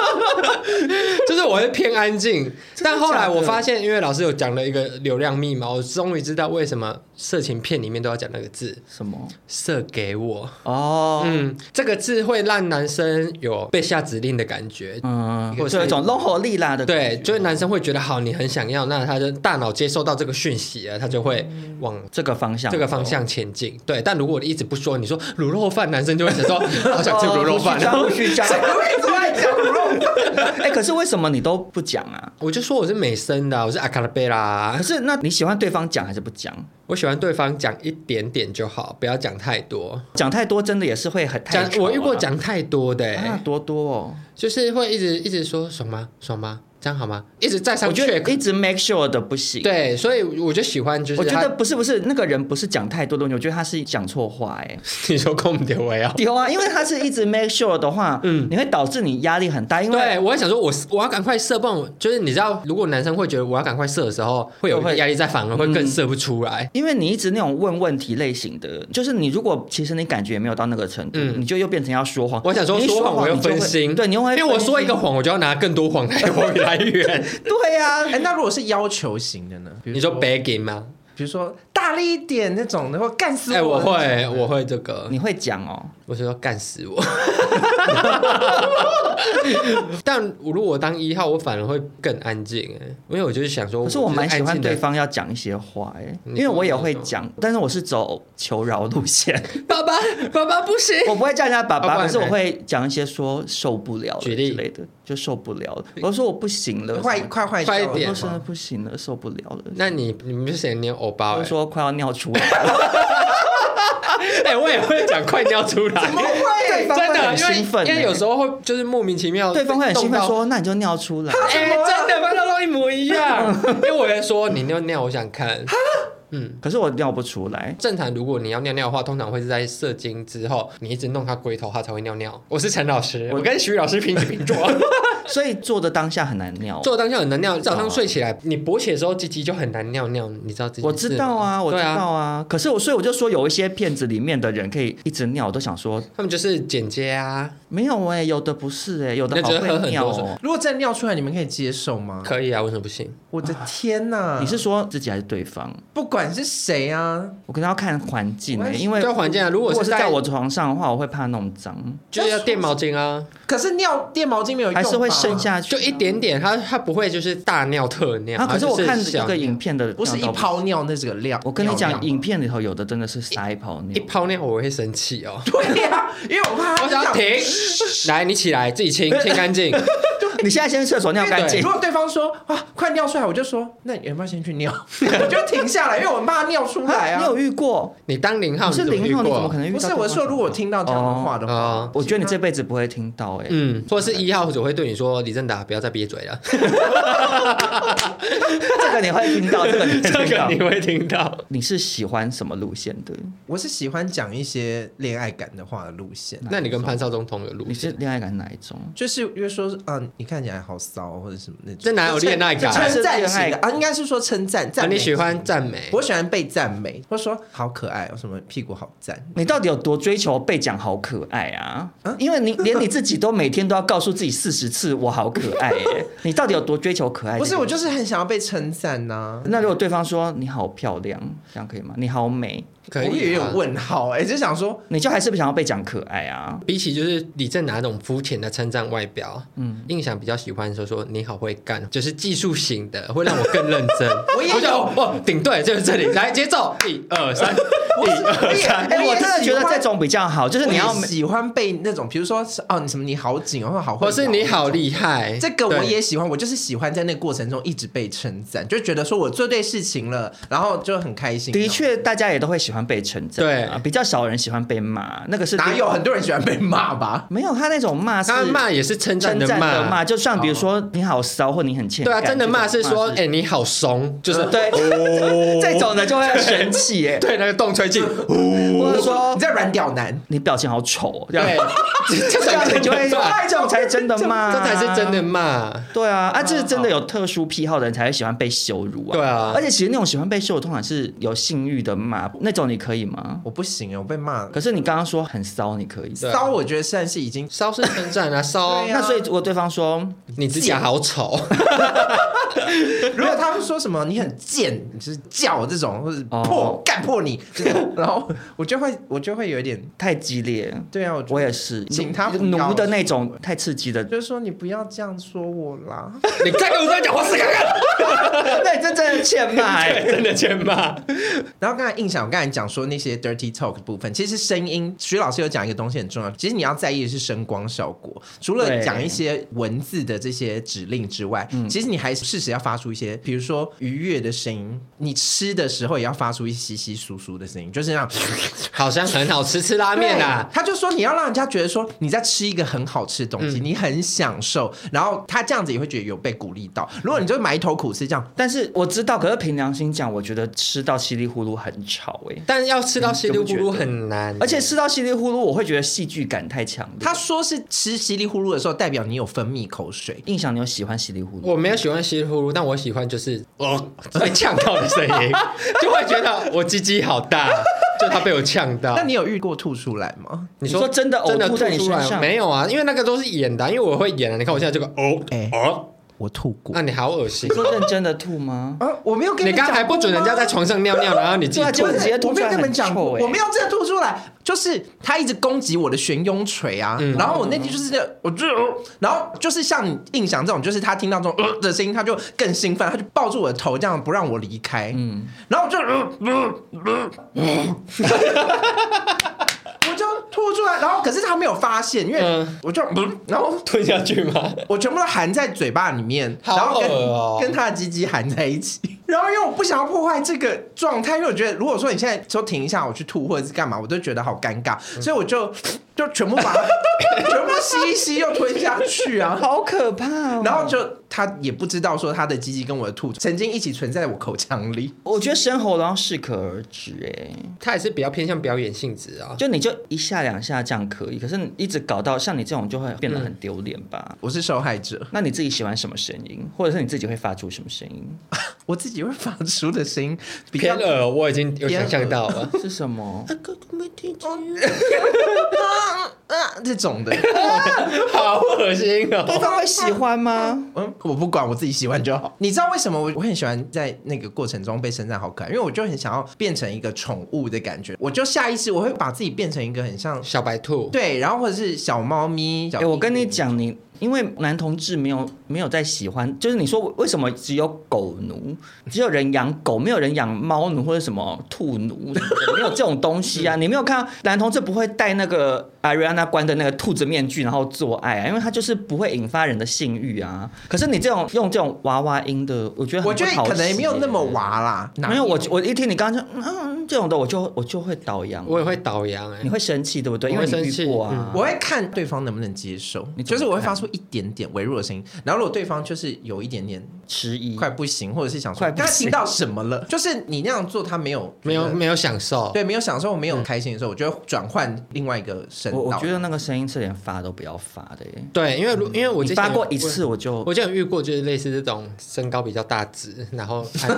[SPEAKER 4] 就是我会偏安静。但后来我发现，因为老师有讲了一个流量密码，我终于知道为什么色情片里面都要讲那个字
[SPEAKER 3] 什么？
[SPEAKER 4] “射给我”。
[SPEAKER 3] 哦，
[SPEAKER 4] 嗯，这个字会让男生有被下指令的感觉，
[SPEAKER 3] 嗯，
[SPEAKER 4] 或是
[SPEAKER 3] 就有一种弄火力啦的感
[SPEAKER 4] 对
[SPEAKER 3] 觉，，
[SPEAKER 4] 就是男生会觉得好，你很想要，那他的大脑接收到这个讯息啊了，他就会往
[SPEAKER 3] 这个方向，
[SPEAKER 4] 这个方向前进。对，但如果你一直不说，你说卤肉饭，男生就会 想说好想吃
[SPEAKER 3] 哦
[SPEAKER 4] 卤肉饭。
[SPEAKER 3] 不许讲，
[SPEAKER 2] 谁
[SPEAKER 3] 不
[SPEAKER 2] 会一直爱讲肉？
[SPEAKER 3] 许讲。 哎，可是为什么你都不讲啊？
[SPEAKER 4] 我就说我是美声的，我是阿卡拉贝啦
[SPEAKER 3] 可，是那你喜欢对方讲还是不讲？
[SPEAKER 4] 我喜欢对方讲一点点就好，不要讲太多。
[SPEAKER 3] 讲太多真的也是会很太
[SPEAKER 4] 讲
[SPEAKER 3] 吵啊
[SPEAKER 4] 我遇过讲太多的、欸
[SPEAKER 3] 啊多多哦，
[SPEAKER 4] 就是会一直一直说爽吗？爽吗？这样好吗？一直在上
[SPEAKER 3] 我觉得
[SPEAKER 4] check。
[SPEAKER 3] 一直 make sure 的不行。，
[SPEAKER 4] 对，所以我就喜欢，就是
[SPEAKER 3] 我觉
[SPEAKER 4] 他
[SPEAKER 3] 得不是不是那个人不是讲太多的问题，我觉得他是讲错话 哎。
[SPEAKER 4] 你说空调我要。
[SPEAKER 3] 有 啊，因为他是一直 make sure 的话，嗯，你会导致你压力很大，因为
[SPEAKER 4] 对，我也想说我，我要赶快射，不然我就是你知道，如果男生会觉得我要赶快射的时候，会有
[SPEAKER 3] 会嗯
[SPEAKER 4] 压力在，反而会更射不出来。
[SPEAKER 3] 因为你一直那种问问题类型的，就是你如果其实你感觉也没有到那个程度，
[SPEAKER 4] 嗯
[SPEAKER 3] 你就又变成要说谎。
[SPEAKER 4] 我想说
[SPEAKER 3] 你一
[SPEAKER 4] 说谎，我又
[SPEAKER 3] 你就会
[SPEAKER 4] 分心，
[SPEAKER 3] 对，你又会
[SPEAKER 4] 因为我
[SPEAKER 3] 分心
[SPEAKER 4] 说一个，谎，我就要拿更多谎来往来 源。
[SPEAKER 3] 对呀、
[SPEAKER 2] 哎、那如果是要求型的呢？比如
[SPEAKER 4] 你说 begging 吗？
[SPEAKER 2] 比如说大力一点那种的，或干死
[SPEAKER 4] 哎、
[SPEAKER 3] 啊
[SPEAKER 2] 我。
[SPEAKER 4] 我会，我会这个，
[SPEAKER 3] 你会讲哦，
[SPEAKER 4] 我是说干死我。 但如果我当一号，我反而会更安静哎，因为我就是想说，
[SPEAKER 3] 可是我蛮喜
[SPEAKER 4] 就是安
[SPEAKER 3] 欢
[SPEAKER 4] 静的
[SPEAKER 3] 对。方要讲一些话哎，
[SPEAKER 4] 你
[SPEAKER 3] 因为我也
[SPEAKER 4] 说
[SPEAKER 3] 会
[SPEAKER 4] 什么
[SPEAKER 3] 讲，但是我是走求饶路线，
[SPEAKER 4] 爸爸，爸爸不行。
[SPEAKER 3] 我不会叫人家爸
[SPEAKER 4] 要
[SPEAKER 3] 爸，
[SPEAKER 4] 哦不
[SPEAKER 3] 可
[SPEAKER 4] 然
[SPEAKER 3] 是我
[SPEAKER 4] 呢
[SPEAKER 3] 会讲一些说受不了了之
[SPEAKER 4] 举例
[SPEAKER 3] 类的，就受不了了，我说我不行了，
[SPEAKER 2] 快
[SPEAKER 3] 什么
[SPEAKER 2] 快坏
[SPEAKER 4] 快一
[SPEAKER 2] 掉了
[SPEAKER 3] 我
[SPEAKER 4] 点
[SPEAKER 3] 说
[SPEAKER 2] 吗
[SPEAKER 3] 真的不行了，受不了了，
[SPEAKER 4] 那你你们是谁？你有欧巴、
[SPEAKER 3] 我
[SPEAKER 4] 欸？
[SPEAKER 3] 说快要尿出来了。
[SPEAKER 4] 哎、我也会讲快尿出来，
[SPEAKER 3] 对方
[SPEAKER 4] 真
[SPEAKER 3] 会
[SPEAKER 4] 的，
[SPEAKER 3] 很
[SPEAKER 4] 因为
[SPEAKER 3] 兴奋欸
[SPEAKER 4] 因为有时候会就是莫名其妙，
[SPEAKER 3] 对方会很兴奋
[SPEAKER 4] 动到，
[SPEAKER 3] 说：“啊那你就尿出 来。
[SPEAKER 4] 哎、真的，跟都一模一 样。因为我也说你尿尿，我想看。”
[SPEAKER 3] 可是我尿不出来，
[SPEAKER 4] 正常，如果你要尿尿的话，通常会是在射精之后，你一直弄他龟头，他才会尿尿。我是陈老师，我跟徐老师平起平坐。
[SPEAKER 3] 所以做的当下很难尿。
[SPEAKER 4] 做当下很难尿，早上睡起来，你勃起的时候，鸡鸡就很难尿尿，你知道这件事吗？
[SPEAKER 3] 哦我知道啊，我知
[SPEAKER 4] 对
[SPEAKER 3] 道
[SPEAKER 4] 啊，
[SPEAKER 3] 啊。可是我，所以我就说有一些片子里面的人可以一直尿，我都想说
[SPEAKER 4] 他们就是剪接啊，
[SPEAKER 3] 没有哎、有的不是哎、有的
[SPEAKER 4] 那
[SPEAKER 3] 好
[SPEAKER 4] 觉得喝
[SPEAKER 3] 会
[SPEAKER 4] 很
[SPEAKER 3] 尿
[SPEAKER 4] 多水
[SPEAKER 3] 哦。
[SPEAKER 2] 如果真的尿出来，你们可以接受吗？
[SPEAKER 4] 可以啊，为什么不行？
[SPEAKER 2] 我的天呐！
[SPEAKER 4] 嗯
[SPEAKER 3] 你是说自己还是对方？
[SPEAKER 2] 不管是谁啊，
[SPEAKER 3] 我可能要看环境哎、
[SPEAKER 2] 我也是
[SPEAKER 3] 因为
[SPEAKER 4] 对环境啊，如
[SPEAKER 3] 如
[SPEAKER 4] 果
[SPEAKER 3] 果
[SPEAKER 4] 是
[SPEAKER 3] 是
[SPEAKER 4] 在
[SPEAKER 3] 在我床上的话，我会怕弄脏，
[SPEAKER 4] 就是要垫毛巾啊。
[SPEAKER 2] 可是尿垫毛巾没有用吧，
[SPEAKER 3] 还是会渗下去。
[SPEAKER 4] 就一点点，它它不会就是大尿特尿。
[SPEAKER 3] 啊，可是我看
[SPEAKER 4] 这
[SPEAKER 3] 这个影片的，
[SPEAKER 2] 不是一。泡尿那这个量。
[SPEAKER 3] 我跟你
[SPEAKER 2] 尿
[SPEAKER 3] 讲，
[SPEAKER 2] 量
[SPEAKER 3] 影片里头有的真的是撒一泡尿
[SPEAKER 4] 一，泡尿，我会生气哦。
[SPEAKER 2] 对呀、因为我怕他
[SPEAKER 4] 我想要停，来你起来自己 清清干净。
[SPEAKER 3] 你现在先去厕所尿干净
[SPEAKER 2] 如。果对方说啊，快尿出来，我就说那你要不要先去尿？我就停下来，因为我很怕尿出来
[SPEAKER 3] 啊
[SPEAKER 2] 啊
[SPEAKER 3] 你。有遇过？
[SPEAKER 4] 你当零号，
[SPEAKER 3] 你是零
[SPEAKER 4] 你怎么
[SPEAKER 3] 号，你怎
[SPEAKER 4] 遇
[SPEAKER 3] 么
[SPEAKER 4] 过
[SPEAKER 3] 可能遇
[SPEAKER 2] 不
[SPEAKER 3] 到？
[SPEAKER 2] 是，我是说如果我听到这样的话的话，
[SPEAKER 4] 哦
[SPEAKER 3] 我觉得你这辈子不会听到哎、
[SPEAKER 4] 嗯，或者是一号只会对你说：“李正达，不要再憋嘴 了。
[SPEAKER 3] 这个你会听到，这个你” 会
[SPEAKER 4] 这
[SPEAKER 3] 听
[SPEAKER 4] 个
[SPEAKER 3] 到。
[SPEAKER 4] 你会听 到。
[SPEAKER 3] 你是喜欢什么路线的？
[SPEAKER 2] 我是喜欢讲一些恋爱感的话的路线。
[SPEAKER 4] 那你跟潘少忠同一个路
[SPEAKER 3] 你是
[SPEAKER 4] 线？啊
[SPEAKER 3] 恋爱感哪一种？
[SPEAKER 2] 就是因为说，嗯、你看起来好骚或者什么那种，
[SPEAKER 4] 这哪有恋爱感
[SPEAKER 2] 就称赞
[SPEAKER 3] 这是
[SPEAKER 2] 型
[SPEAKER 3] 恋
[SPEAKER 2] 的
[SPEAKER 3] 爱
[SPEAKER 2] 啊，应该是说称赞
[SPEAKER 4] 啊
[SPEAKER 2] 赞美。
[SPEAKER 4] 你喜欢赞美？
[SPEAKER 2] 我喜欢被赞美，或说好可爱，什么屁股好赞，
[SPEAKER 3] 你到底有多追求被讲好可爱啊？因为你连你自己都每天都要告诉自己四十次我好可爱耶、欸你到底有多追求可爱？
[SPEAKER 2] 不是我就是很想要被称赞啊呐。
[SPEAKER 3] 那如果对方说你好漂亮，这样可以吗？你好美，
[SPEAKER 4] 可
[SPEAKER 2] 我也
[SPEAKER 4] 以、啊
[SPEAKER 2] 有。问号哎、就想说
[SPEAKER 3] 你就还是不想要被讲可爱啊？
[SPEAKER 4] 比起就是李正哪种肤浅的称赞外表，嗯，印象比较喜欢说说你好会干，就是技术型的，会让我更认真。
[SPEAKER 2] 我也有
[SPEAKER 4] 就想哦，顶对，就是这里，来节奏，一二 三，一
[SPEAKER 2] 我
[SPEAKER 4] 二
[SPEAKER 2] 也
[SPEAKER 4] 三。
[SPEAKER 3] 哎、
[SPEAKER 2] 也
[SPEAKER 3] 我真的觉得
[SPEAKER 2] 喜欢
[SPEAKER 3] 这种比较好，就是
[SPEAKER 2] 我
[SPEAKER 3] 你
[SPEAKER 2] 也
[SPEAKER 3] 要美
[SPEAKER 2] 喜欢被那种，比如说是哦，你什么你好紧哦，或好会
[SPEAKER 4] 或是
[SPEAKER 2] 摇
[SPEAKER 4] 你好厉
[SPEAKER 3] 哎
[SPEAKER 4] 害，
[SPEAKER 2] 这个我
[SPEAKER 4] 对
[SPEAKER 2] 也喜欢，我就是喜欢在那个过程中一直被称赞，就觉得说我做对事情了，然后就很开心。
[SPEAKER 3] 的，确，大家也都会喜欢被称赞、啊，
[SPEAKER 4] 对
[SPEAKER 3] 比较少人喜欢被骂。那个是
[SPEAKER 2] 哪有很多人喜欢被骂吧？
[SPEAKER 3] 没有他那种骂是
[SPEAKER 4] 他骂也是称赞
[SPEAKER 3] 称
[SPEAKER 4] 的
[SPEAKER 3] 赞的
[SPEAKER 4] 骂，
[SPEAKER 3] 骂，就像比如说你好骚或你很欠
[SPEAKER 4] 对
[SPEAKER 3] 干
[SPEAKER 4] 啊，
[SPEAKER 3] 这
[SPEAKER 4] 真
[SPEAKER 3] 种
[SPEAKER 4] 的骂
[SPEAKER 3] 骂
[SPEAKER 4] 是说，哎，你好怂，就是
[SPEAKER 3] 对，
[SPEAKER 4] 哦
[SPEAKER 3] 这种的就会很生气耶，
[SPEAKER 4] 对那个动吹气，
[SPEAKER 3] 或者说
[SPEAKER 2] 你在软屌男，
[SPEAKER 3] 你表情好丑，这
[SPEAKER 4] 哦对
[SPEAKER 3] 样，
[SPEAKER 4] 这
[SPEAKER 3] 这样
[SPEAKER 4] 才
[SPEAKER 3] 你就会啊
[SPEAKER 4] 真的骂，
[SPEAKER 3] 这种才是真的骂，
[SPEAKER 4] 这才是真的。骂。
[SPEAKER 3] 对啊，啊，这是真的有特殊癖好的人才会喜欢被羞辱啊。
[SPEAKER 4] 对啊
[SPEAKER 3] 而且其实那种喜欢被羞辱，通常是有性欲的骂，那种你可以吗？
[SPEAKER 2] 我不行啊，我被骂
[SPEAKER 3] 可是你刚刚说很骚，你可以。
[SPEAKER 4] 对啊
[SPEAKER 2] 骚，我觉得现在是已经
[SPEAKER 4] 骚是称赞啊，骚
[SPEAKER 2] 对啊
[SPEAKER 3] 那所以如果对方说
[SPEAKER 4] 你指甲好丑，
[SPEAKER 3] 啊
[SPEAKER 2] 如果他们说什么你很贱，你就是叫这种，或者
[SPEAKER 3] 哦
[SPEAKER 2] 破干破你，这种然后我就会我就会有一点，
[SPEAKER 3] 太激烈，
[SPEAKER 2] 对啊，我就
[SPEAKER 3] 我也是，
[SPEAKER 2] 请他不要
[SPEAKER 3] 奴的那种太刺激的，
[SPEAKER 2] 就是说你不要这样说我啦。
[SPEAKER 4] 你再跟我再讲话试看看，
[SPEAKER 3] 那你这真的欠骂 欸。
[SPEAKER 4] 真的欠骂。
[SPEAKER 2] 然后刚才印象，我刚才讲说那些 dirty talk 的部分，其实声音，徐老师有讲一个东西很重要，其实你要在意的是声光效果。除了
[SPEAKER 3] 对
[SPEAKER 2] 讲一些文字的这些指令之外，
[SPEAKER 4] 嗯
[SPEAKER 2] 其实你还适时要发出一些，比如说愉悦的声音，你吃的时候也要发出一些稀稀疏疏的声音，就是 那样。
[SPEAKER 4] 好像很好吃，吃拉面啊。
[SPEAKER 2] 对他就说你要让人家觉得说你在吃一个很好吃的东
[SPEAKER 4] 嗯
[SPEAKER 2] 西，你很享受，然后他这样子也会觉得有被鼓励到。如果你就埋头苦吃这样，
[SPEAKER 3] 但是我知道，可是凭良心讲，我觉得吃到稀里糊涂很吵哎、
[SPEAKER 4] 但要吃到稀里糊涂很难，
[SPEAKER 3] 而且吃到稀里糊涂，我会觉得戏剧感太强烈。
[SPEAKER 2] 他说是吃稀里糊涂的时候，代表你有分泌口水。
[SPEAKER 3] 印象你有喜欢稀里糊涂？
[SPEAKER 4] 我没有喜欢稀里糊涂，但我喜欢就是 哦被呛到的声音，就会觉得我鸡鸡好大，就他被我呛到
[SPEAKER 2] 那。你有遇过吐出来吗？
[SPEAKER 4] 你
[SPEAKER 3] 说真的呕
[SPEAKER 4] 真的
[SPEAKER 3] 吐在你
[SPEAKER 4] 出来
[SPEAKER 3] 身上
[SPEAKER 4] 没有啊？因为那个都是演的啊、因为我会演啊。你看我现在这个哦
[SPEAKER 2] 哎
[SPEAKER 4] 哦，
[SPEAKER 2] 我吐过
[SPEAKER 4] 那你好恶心
[SPEAKER 3] 你。说认真的吐吗？
[SPEAKER 2] 啊！我没有跟
[SPEAKER 4] 你
[SPEAKER 2] 讲
[SPEAKER 4] 刚才不准人家在床上尿尿，然后你自己
[SPEAKER 3] 对啊
[SPEAKER 4] 吐
[SPEAKER 3] 结果
[SPEAKER 2] 不
[SPEAKER 3] 直接
[SPEAKER 2] 是，
[SPEAKER 3] 吐
[SPEAKER 2] 我
[SPEAKER 3] 出
[SPEAKER 2] 没
[SPEAKER 3] 来
[SPEAKER 2] 有
[SPEAKER 3] 很
[SPEAKER 2] 跟你们讲过，
[SPEAKER 3] 臭欸
[SPEAKER 2] 我没有真的吐出来，就是他一直攻击我的悬雍垂啊，然后我那天就是这样，我就，然后就是像印象这种，就是他听到这种、呃、的声音，他就更兴奋，他就抱住我的头，这样不让我离开，嗯，然后我就，呃呃呃我就吐出来，然后可是他没有发现，因为
[SPEAKER 4] 嗯
[SPEAKER 2] 我就，呃然后
[SPEAKER 4] 吞
[SPEAKER 3] 啊
[SPEAKER 4] 下 去吗？
[SPEAKER 2] 我全部都含在嘴巴里面，
[SPEAKER 4] 好
[SPEAKER 2] 然后跟、
[SPEAKER 4] 恶哦
[SPEAKER 2] 跟他的鸡鸡含在一起。 然后因为我不想要破坏这个状态，因为我觉得如果说你现在说停一下，我去吐或者是干嘛，我都觉得好尴尬，所以我就就全部把它 全部吸一吸又吞下去啊。
[SPEAKER 3] 好可怕哦！
[SPEAKER 2] 然后就他也不知道说他的鸡鸡跟我的吐曾经一起存在我口腔里，
[SPEAKER 3] 我觉得生喉咙要适可而止哎、
[SPEAKER 4] 他也是比较偏向表演性质啊。
[SPEAKER 3] 就你就一下两下这样可以，可是你一直搞到像你这种就会变得很丢脸吧？
[SPEAKER 2] 我是受害者，
[SPEAKER 3] 那你自己喜欢什么声音，或者是你自己会发出什么声音？
[SPEAKER 2] 我自己会发出的声音比较
[SPEAKER 4] 偏耳，我已经有想象到了。
[SPEAKER 3] 是什么？
[SPEAKER 2] 啊 这种的，
[SPEAKER 4] 好恶心
[SPEAKER 3] 对
[SPEAKER 4] 哦！
[SPEAKER 3] 方会喜欢吗？
[SPEAKER 2] 嗯，我不管，我自己喜欢就好。 你知道为什么我我很喜欢在那个过程中被称赞好可爱？因为我就很想要变成一个宠物的感觉，我就下意识我会把自己变成一个很像
[SPEAKER 4] 小白兔，
[SPEAKER 2] 对，然后或者是小猫咪。小
[SPEAKER 3] 哎、嗯我跟你讲，你因为男同志没有没有在喜欢，就是你说为什么只有狗奴，只有人养狗，没有人养猫奴或者什么兔奴什么的，没有这种东 西啊？你没有看到男同志不会戴那个 Ariana 关的那个兔子面具然后做爱啊，因为他就是不会引发人的性欲啊。可是你这种用这种娃娃音的，我觉得很
[SPEAKER 2] 我觉得
[SPEAKER 3] 不讨
[SPEAKER 2] 可能也没有
[SPEAKER 3] 喜
[SPEAKER 2] 那么
[SPEAKER 3] 耶。
[SPEAKER 2] 娃啦，哪
[SPEAKER 3] 没有我，我一听你刚刚说嗯嗯嗯这种的，我就我就会倒洋，
[SPEAKER 4] 我也会倒羊哎、
[SPEAKER 3] 你会生气对不对？因
[SPEAKER 4] 我
[SPEAKER 3] 为
[SPEAKER 4] 会
[SPEAKER 3] 你
[SPEAKER 4] 生气
[SPEAKER 3] 遇过啊，
[SPEAKER 2] 我会嗯看对方能不能接受
[SPEAKER 3] 你，怎
[SPEAKER 2] 就
[SPEAKER 3] 么
[SPEAKER 2] 是我会发
[SPEAKER 3] 看
[SPEAKER 2] 出一点点微弱的声音，然后如果对方就是有一点点
[SPEAKER 3] 迟疑，
[SPEAKER 2] 快不行，或者是想说
[SPEAKER 3] 快不行
[SPEAKER 2] 刚才听到什 么了？就是你那样做，他没有
[SPEAKER 4] 没有
[SPEAKER 2] 觉得
[SPEAKER 4] 没有享受，
[SPEAKER 2] 对没有享受，没有开心的时候，我就会转换另外一个声
[SPEAKER 3] 嗯
[SPEAKER 2] 道。
[SPEAKER 3] 我我觉得那个声音是连发都不要发的耶。
[SPEAKER 4] 对，因为如因为我之
[SPEAKER 3] 嗯
[SPEAKER 4] 前
[SPEAKER 3] 你发
[SPEAKER 4] 有
[SPEAKER 3] 过一次哦我
[SPEAKER 4] 我，
[SPEAKER 3] 就
[SPEAKER 4] 我就有遇过，就是类似这种身高比较大只，然后 按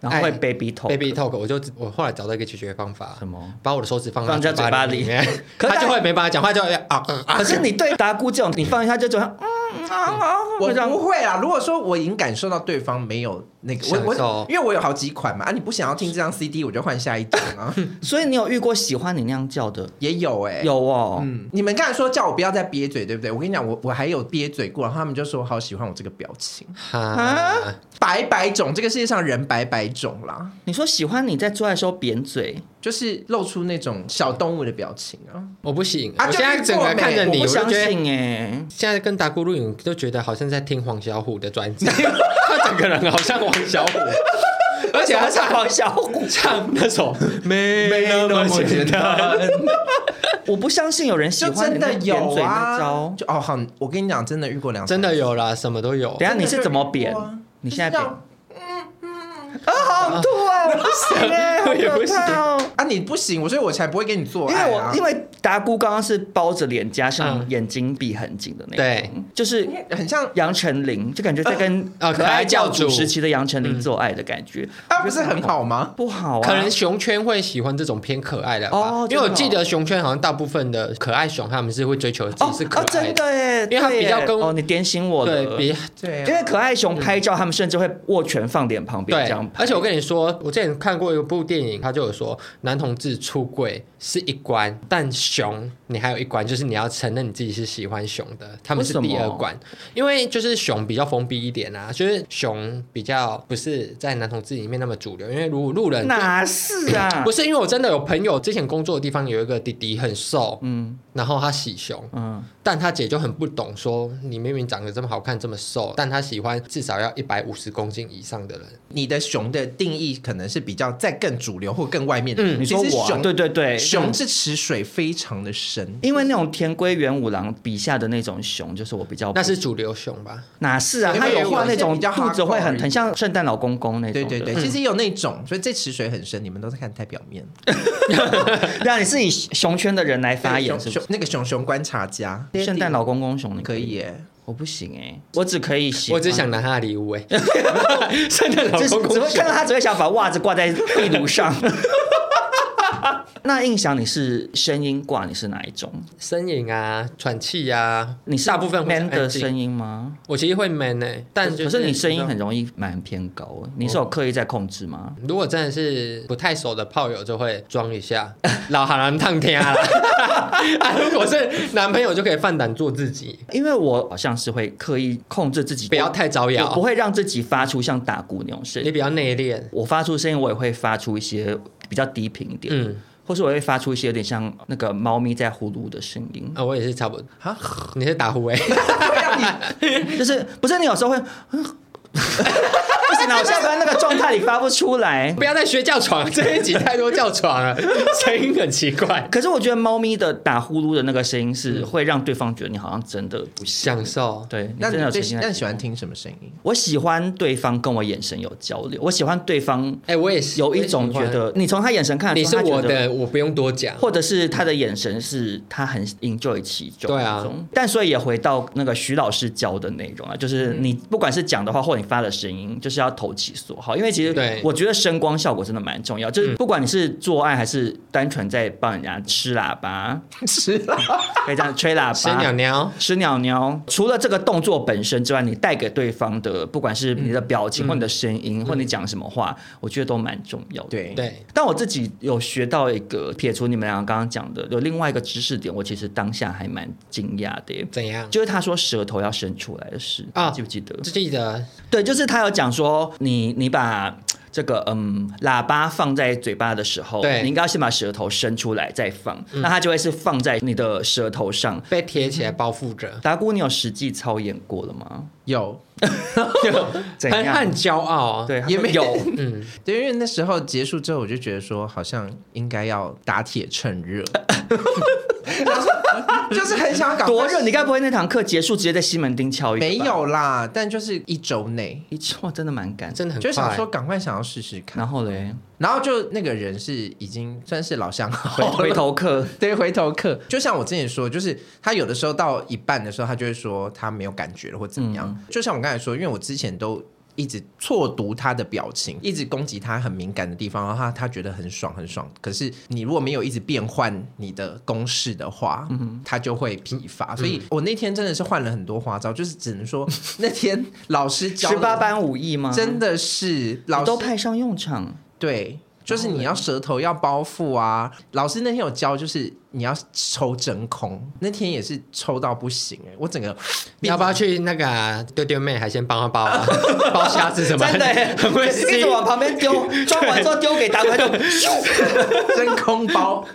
[SPEAKER 3] 然后会
[SPEAKER 4] 哎
[SPEAKER 3] baby talk
[SPEAKER 4] baby talk，我就我后来找到一个解决方法，
[SPEAKER 3] 什么？
[SPEAKER 4] 把我的手指放
[SPEAKER 3] 放在
[SPEAKER 4] 在
[SPEAKER 3] 嘴巴
[SPEAKER 4] 里
[SPEAKER 3] 里
[SPEAKER 4] 面，
[SPEAKER 3] 可
[SPEAKER 4] 他
[SPEAKER 3] 是他
[SPEAKER 4] 就会没办法讲话，就会啊啊啊
[SPEAKER 3] 可是你对达姑这种，你放一下就觉得嗯啊啊，
[SPEAKER 2] 我
[SPEAKER 3] 会这样
[SPEAKER 2] 不会啦。如果说我已经感受到对方没有那个，我
[SPEAKER 4] 享
[SPEAKER 2] 我
[SPEAKER 4] 受
[SPEAKER 2] 因为我有好几款嘛，啊，你不想要听这张 CD，我就换下一张 啊。
[SPEAKER 3] 所以你有遇过喜欢你那样叫的？
[SPEAKER 2] 也有哎、
[SPEAKER 3] 嗯有哦，
[SPEAKER 2] 嗯，你们刚才说叫我不要再憋嘴，对不对？我跟你讲，我我还有憋嘴过，然后他们就说好喜欢我这个表情，
[SPEAKER 4] 啊！
[SPEAKER 2] 百百种，这个世界上人百百种啦，
[SPEAKER 3] 你说喜欢你在做爱的时候扁嘴，
[SPEAKER 2] 就是露出那种小动物的表情 啊。
[SPEAKER 4] 我不行，
[SPEAKER 2] 啊
[SPEAKER 4] 我现在
[SPEAKER 2] 就遇
[SPEAKER 4] 整
[SPEAKER 2] 过
[SPEAKER 4] 个看着
[SPEAKER 2] 没
[SPEAKER 4] 你，
[SPEAKER 3] 我
[SPEAKER 4] 我
[SPEAKER 3] 不
[SPEAKER 4] 就
[SPEAKER 3] 相
[SPEAKER 4] 觉得
[SPEAKER 3] 信哎。
[SPEAKER 4] 现在跟达姑录影，就觉得好像在听黄小琥的专辑，他整个人好像黄小琥，而且他唱
[SPEAKER 3] 黄小琥，
[SPEAKER 4] 唱那首没那么简单，
[SPEAKER 3] 我不相信有人喜
[SPEAKER 2] 就
[SPEAKER 3] 欢
[SPEAKER 2] 真
[SPEAKER 3] 你
[SPEAKER 2] 的
[SPEAKER 3] 那扁
[SPEAKER 2] 有
[SPEAKER 3] 嘴那
[SPEAKER 2] 啊
[SPEAKER 3] 招，。
[SPEAKER 2] 就哦好，我跟你讲，真的遇过两
[SPEAKER 4] 真的有啦，什么都有
[SPEAKER 3] 等。一下
[SPEAKER 2] 真的
[SPEAKER 3] 你是怎么扁
[SPEAKER 2] 就遇过啊？
[SPEAKER 3] 你现在
[SPEAKER 2] 就是
[SPEAKER 3] 扁
[SPEAKER 2] 这样？
[SPEAKER 3] 好吐啊！我不行哎，
[SPEAKER 4] 我也不
[SPEAKER 3] 行。
[SPEAKER 2] 啊，你不行，我所以我才不会跟你做
[SPEAKER 3] 哦因为
[SPEAKER 2] 爱
[SPEAKER 3] 我
[SPEAKER 2] 啊。
[SPEAKER 3] 因为达姑刚刚是包着脸加上
[SPEAKER 4] 嗯
[SPEAKER 3] 眼睛闭很紧的那种，
[SPEAKER 4] 对，
[SPEAKER 3] 就是
[SPEAKER 2] 很像
[SPEAKER 3] 杨丞琳，就感觉在跟
[SPEAKER 4] 呃
[SPEAKER 3] 可爱教
[SPEAKER 4] 可爱教主嗯
[SPEAKER 3] 主时期的杨丞琳做爱的感觉，
[SPEAKER 2] 啊，不是很好吗？
[SPEAKER 3] 不好啊。
[SPEAKER 4] 可能熊圈会喜欢这种偏可爱的吧，
[SPEAKER 3] 哦
[SPEAKER 4] 因为我
[SPEAKER 3] 真的哦
[SPEAKER 4] 记得熊圈好像大部分的可爱熊他们是会追求自
[SPEAKER 3] 哦
[SPEAKER 4] 己是可
[SPEAKER 3] 哦，
[SPEAKER 4] 爱
[SPEAKER 3] 真的耶，
[SPEAKER 4] 因为他比较
[SPEAKER 3] 对耶
[SPEAKER 4] 跟
[SPEAKER 3] 哦，你点醒我了
[SPEAKER 4] 对，比嗯
[SPEAKER 2] 对
[SPEAKER 3] 因
[SPEAKER 2] 啊，
[SPEAKER 3] 为可爱熊拍照，他们甚至会握拳放脸旁边这
[SPEAKER 4] 对
[SPEAKER 3] 样，拍。
[SPEAKER 4] 而且我跟你说，我之前看过一部电影，他就有说，男同志出柜是一关，但熊你还有一关，就是你要承认你自己是喜欢熊的，他们是
[SPEAKER 3] 为什么
[SPEAKER 4] 第二关，
[SPEAKER 3] 哦
[SPEAKER 4] 因为就是熊比较封闭一点啊，就是熊比较不是在男同志里面那么主流，因为如果路人
[SPEAKER 3] 哪是啊
[SPEAKER 4] 不？是因为我真的有朋友之前工作的地方有一个弟弟很瘦，
[SPEAKER 3] 嗯
[SPEAKER 4] 然后他喜熊，
[SPEAKER 3] 嗯，
[SPEAKER 4] 但他姐就很不懂说你明明长得这么好看这么瘦，但他喜欢至少要一百五十公斤以上的人。
[SPEAKER 2] 你的熊的定义可能是比较在更主流或更外面的。
[SPEAKER 4] 嗯
[SPEAKER 3] 你说
[SPEAKER 2] 其实
[SPEAKER 3] 我啊
[SPEAKER 2] 熊
[SPEAKER 3] 对对对，
[SPEAKER 2] 熊是池水非常的深，
[SPEAKER 3] 因为那种田龟元五郎笔下的那种熊，哦就是我比较
[SPEAKER 4] 那是主流熊吧？
[SPEAKER 3] 哪是啊？
[SPEAKER 2] 因
[SPEAKER 3] 他
[SPEAKER 2] 为
[SPEAKER 3] 有画那
[SPEAKER 2] 有一些
[SPEAKER 3] 种
[SPEAKER 2] 比较
[SPEAKER 3] 肚子
[SPEAKER 2] hardcore
[SPEAKER 3] 会
[SPEAKER 2] 而
[SPEAKER 3] 很
[SPEAKER 2] 已
[SPEAKER 3] 很像圣诞老公公那种。
[SPEAKER 2] 对对对，，其实也有那种，所以这池水很深，你们都在看太表面。
[SPEAKER 3] 那你是以熊圈的人来发言
[SPEAKER 2] 熊
[SPEAKER 3] 是不
[SPEAKER 2] 熊
[SPEAKER 3] 是？
[SPEAKER 2] 那个熊熊观察家，
[SPEAKER 3] 圣诞老公公熊你
[SPEAKER 2] 可以，耶、
[SPEAKER 3] 我不行哎，我只可以喜欢
[SPEAKER 4] 我只想拿他的礼 物哎、圣诞老
[SPEAKER 3] 只
[SPEAKER 4] 公
[SPEAKER 3] 只
[SPEAKER 4] 公
[SPEAKER 3] 会看
[SPEAKER 4] 熊
[SPEAKER 3] 到他只会想把袜子挂在壁 炉上。那印象你是声音挂，你是哪一种？
[SPEAKER 4] 身影啊，喘气啊，
[SPEAKER 3] 你是
[SPEAKER 4] 大部分会
[SPEAKER 3] man 的
[SPEAKER 4] 音，
[SPEAKER 3] 声音吗？
[SPEAKER 4] 我其实会 man 哎、但就哦
[SPEAKER 3] 可是你声音很容易蛮偏高欸，你是有刻意在控制吗？
[SPEAKER 4] 如果真的是不太熟的炮友，就会装一下， 老好人烫天啊啦 啊！如果是男朋友，就可以放胆做自己，
[SPEAKER 3] 因为我好像是会刻意控制自己，
[SPEAKER 4] 不要太招
[SPEAKER 3] 我不
[SPEAKER 4] 摇，
[SPEAKER 3] 会让自己发出像打鼓那种声
[SPEAKER 4] 你
[SPEAKER 3] 音。
[SPEAKER 4] 比较内敛。
[SPEAKER 3] 我发出声音，我也会发出一些比较低频一点，
[SPEAKER 4] 嗯，
[SPEAKER 3] 或是我会发出一些有点像那个猫咪在呼噜的声音，
[SPEAKER 4] 啊，我也是差不多。你是打呼哎、
[SPEAKER 3] 就是不是你有时候会， 不行了，我下班那个状态里发不出来。
[SPEAKER 4] 不要再学叫床，这一集太多叫床 了，声音很奇怪。
[SPEAKER 3] 可是我觉得猫咪的打呼噜的那个声音
[SPEAKER 4] 嗯
[SPEAKER 3] 是会让对方觉得你好像真的不行，
[SPEAKER 4] 享受，
[SPEAKER 3] 对，你
[SPEAKER 2] 那
[SPEAKER 3] 真
[SPEAKER 2] 你
[SPEAKER 3] 的有
[SPEAKER 2] 最
[SPEAKER 3] 诚心在
[SPEAKER 2] 那你
[SPEAKER 3] 听
[SPEAKER 2] 喜欢听什么声音？
[SPEAKER 3] 我喜欢对方跟我眼神有交流，我喜欢对方
[SPEAKER 4] 哎、我也是
[SPEAKER 3] 有一种
[SPEAKER 4] 我也
[SPEAKER 3] 觉
[SPEAKER 4] 喜欢
[SPEAKER 3] 得你从他眼神看得
[SPEAKER 4] 你
[SPEAKER 3] 出
[SPEAKER 4] 是
[SPEAKER 3] 他觉
[SPEAKER 4] 我
[SPEAKER 3] 得，
[SPEAKER 4] 的，我不用多讲。
[SPEAKER 3] 或者是他的眼神是他很 enjoy 其中。
[SPEAKER 4] 对啊，
[SPEAKER 3] 但所以也回到那个徐老师教的内容啊，就是你
[SPEAKER 4] 嗯
[SPEAKER 3] 不管是讲的话或你发的声音，就是要投其所好，因为其实
[SPEAKER 4] 对嗯
[SPEAKER 3] 我觉得声光效果真的蛮重要，就是不管你是做爱还是单纯在帮人家吃喇 叭，
[SPEAKER 2] 吃了，
[SPEAKER 3] 可以这样吹喇叭，
[SPEAKER 4] 吃鸟鸟，
[SPEAKER 3] 吃鸟鸟，除了这个动作本身之外，你带给对方的，不管是
[SPEAKER 4] 嗯
[SPEAKER 3] 你的表情、或你的声音，或你讲什么话，我觉得都蛮重要的。。
[SPEAKER 2] 对，
[SPEAKER 4] 对，
[SPEAKER 3] 但我自己有学到一个，撇除你们俩刚刚讲的，有另外一个知识点，我其实当下还蛮惊讶的耶，
[SPEAKER 4] 怎样？
[SPEAKER 3] 就是他说舌头要伸出来的事
[SPEAKER 4] 啊
[SPEAKER 3] 记不记得？
[SPEAKER 4] 就记得
[SPEAKER 3] 对，就是他有讲说，你你把这个嗯喇叭放在嘴巴的时候，
[SPEAKER 4] 对
[SPEAKER 3] 你应该要先把舌头伸出来再放，那它就会是放在你的舌头上。
[SPEAKER 4] 被贴
[SPEAKER 3] 嗯
[SPEAKER 4] 起来包覆着，
[SPEAKER 3] 达姑，你有实际操演过了吗？
[SPEAKER 2] 有，
[SPEAKER 3] 怎
[SPEAKER 4] 很
[SPEAKER 3] 样？
[SPEAKER 4] 很骄傲。，啊
[SPEAKER 3] 对，
[SPEAKER 2] 也
[SPEAKER 3] 也
[SPEAKER 2] 没
[SPEAKER 3] 没有。
[SPEAKER 4] 嗯，
[SPEAKER 2] 对，因为 那时候结束之后，我就觉得说，好像应该要打铁趁热。就是很想赶快
[SPEAKER 3] 多热！你该不会那堂课结束直接在西门町敲一个吧？
[SPEAKER 2] 没有啦，但就是一周内，
[SPEAKER 3] 一周，哇，真的蛮赶。
[SPEAKER 4] 真的很
[SPEAKER 2] 就想
[SPEAKER 4] 快
[SPEAKER 2] 说。赶快想要试试看。
[SPEAKER 3] 然后嘞，
[SPEAKER 2] 然后就那个人是已经算是老相好
[SPEAKER 3] 回
[SPEAKER 2] 了，
[SPEAKER 3] 回头客，
[SPEAKER 2] 哦 对回头客，就像我之前说，就是他有的时候到一半的时候，他就会说他没有感觉了或怎么样。
[SPEAKER 3] 嗯
[SPEAKER 2] 就像我刚才说，因为我之前都。一直错读他的表情，一直攻击他很敏感的地方，然后他他觉得很爽很爽。可是你如果没有一直变换你的公式的话，
[SPEAKER 3] 嗯
[SPEAKER 2] 他就会疲乏。所以我那天真的是换了很多花招，就是只能说 那天老师教
[SPEAKER 3] 十八
[SPEAKER 2] 的
[SPEAKER 3] 般武艺吗？
[SPEAKER 2] 真的是老
[SPEAKER 3] 你
[SPEAKER 2] 师
[SPEAKER 3] 都派上用场。
[SPEAKER 2] 对，就是你要舌头要包覆啊。老师那天有教，就是你要抽真空，那天也是抽到不行哎、我 整个
[SPEAKER 4] 要 不要去那个啊丢丢妹海鲜帮她包啊？包虾子什么？
[SPEAKER 3] 真的 耶
[SPEAKER 4] 很会
[SPEAKER 3] 一
[SPEAKER 4] 吸
[SPEAKER 3] 直。往旁 边丢，装完之后丢给打滚，就咻
[SPEAKER 2] 真空 包？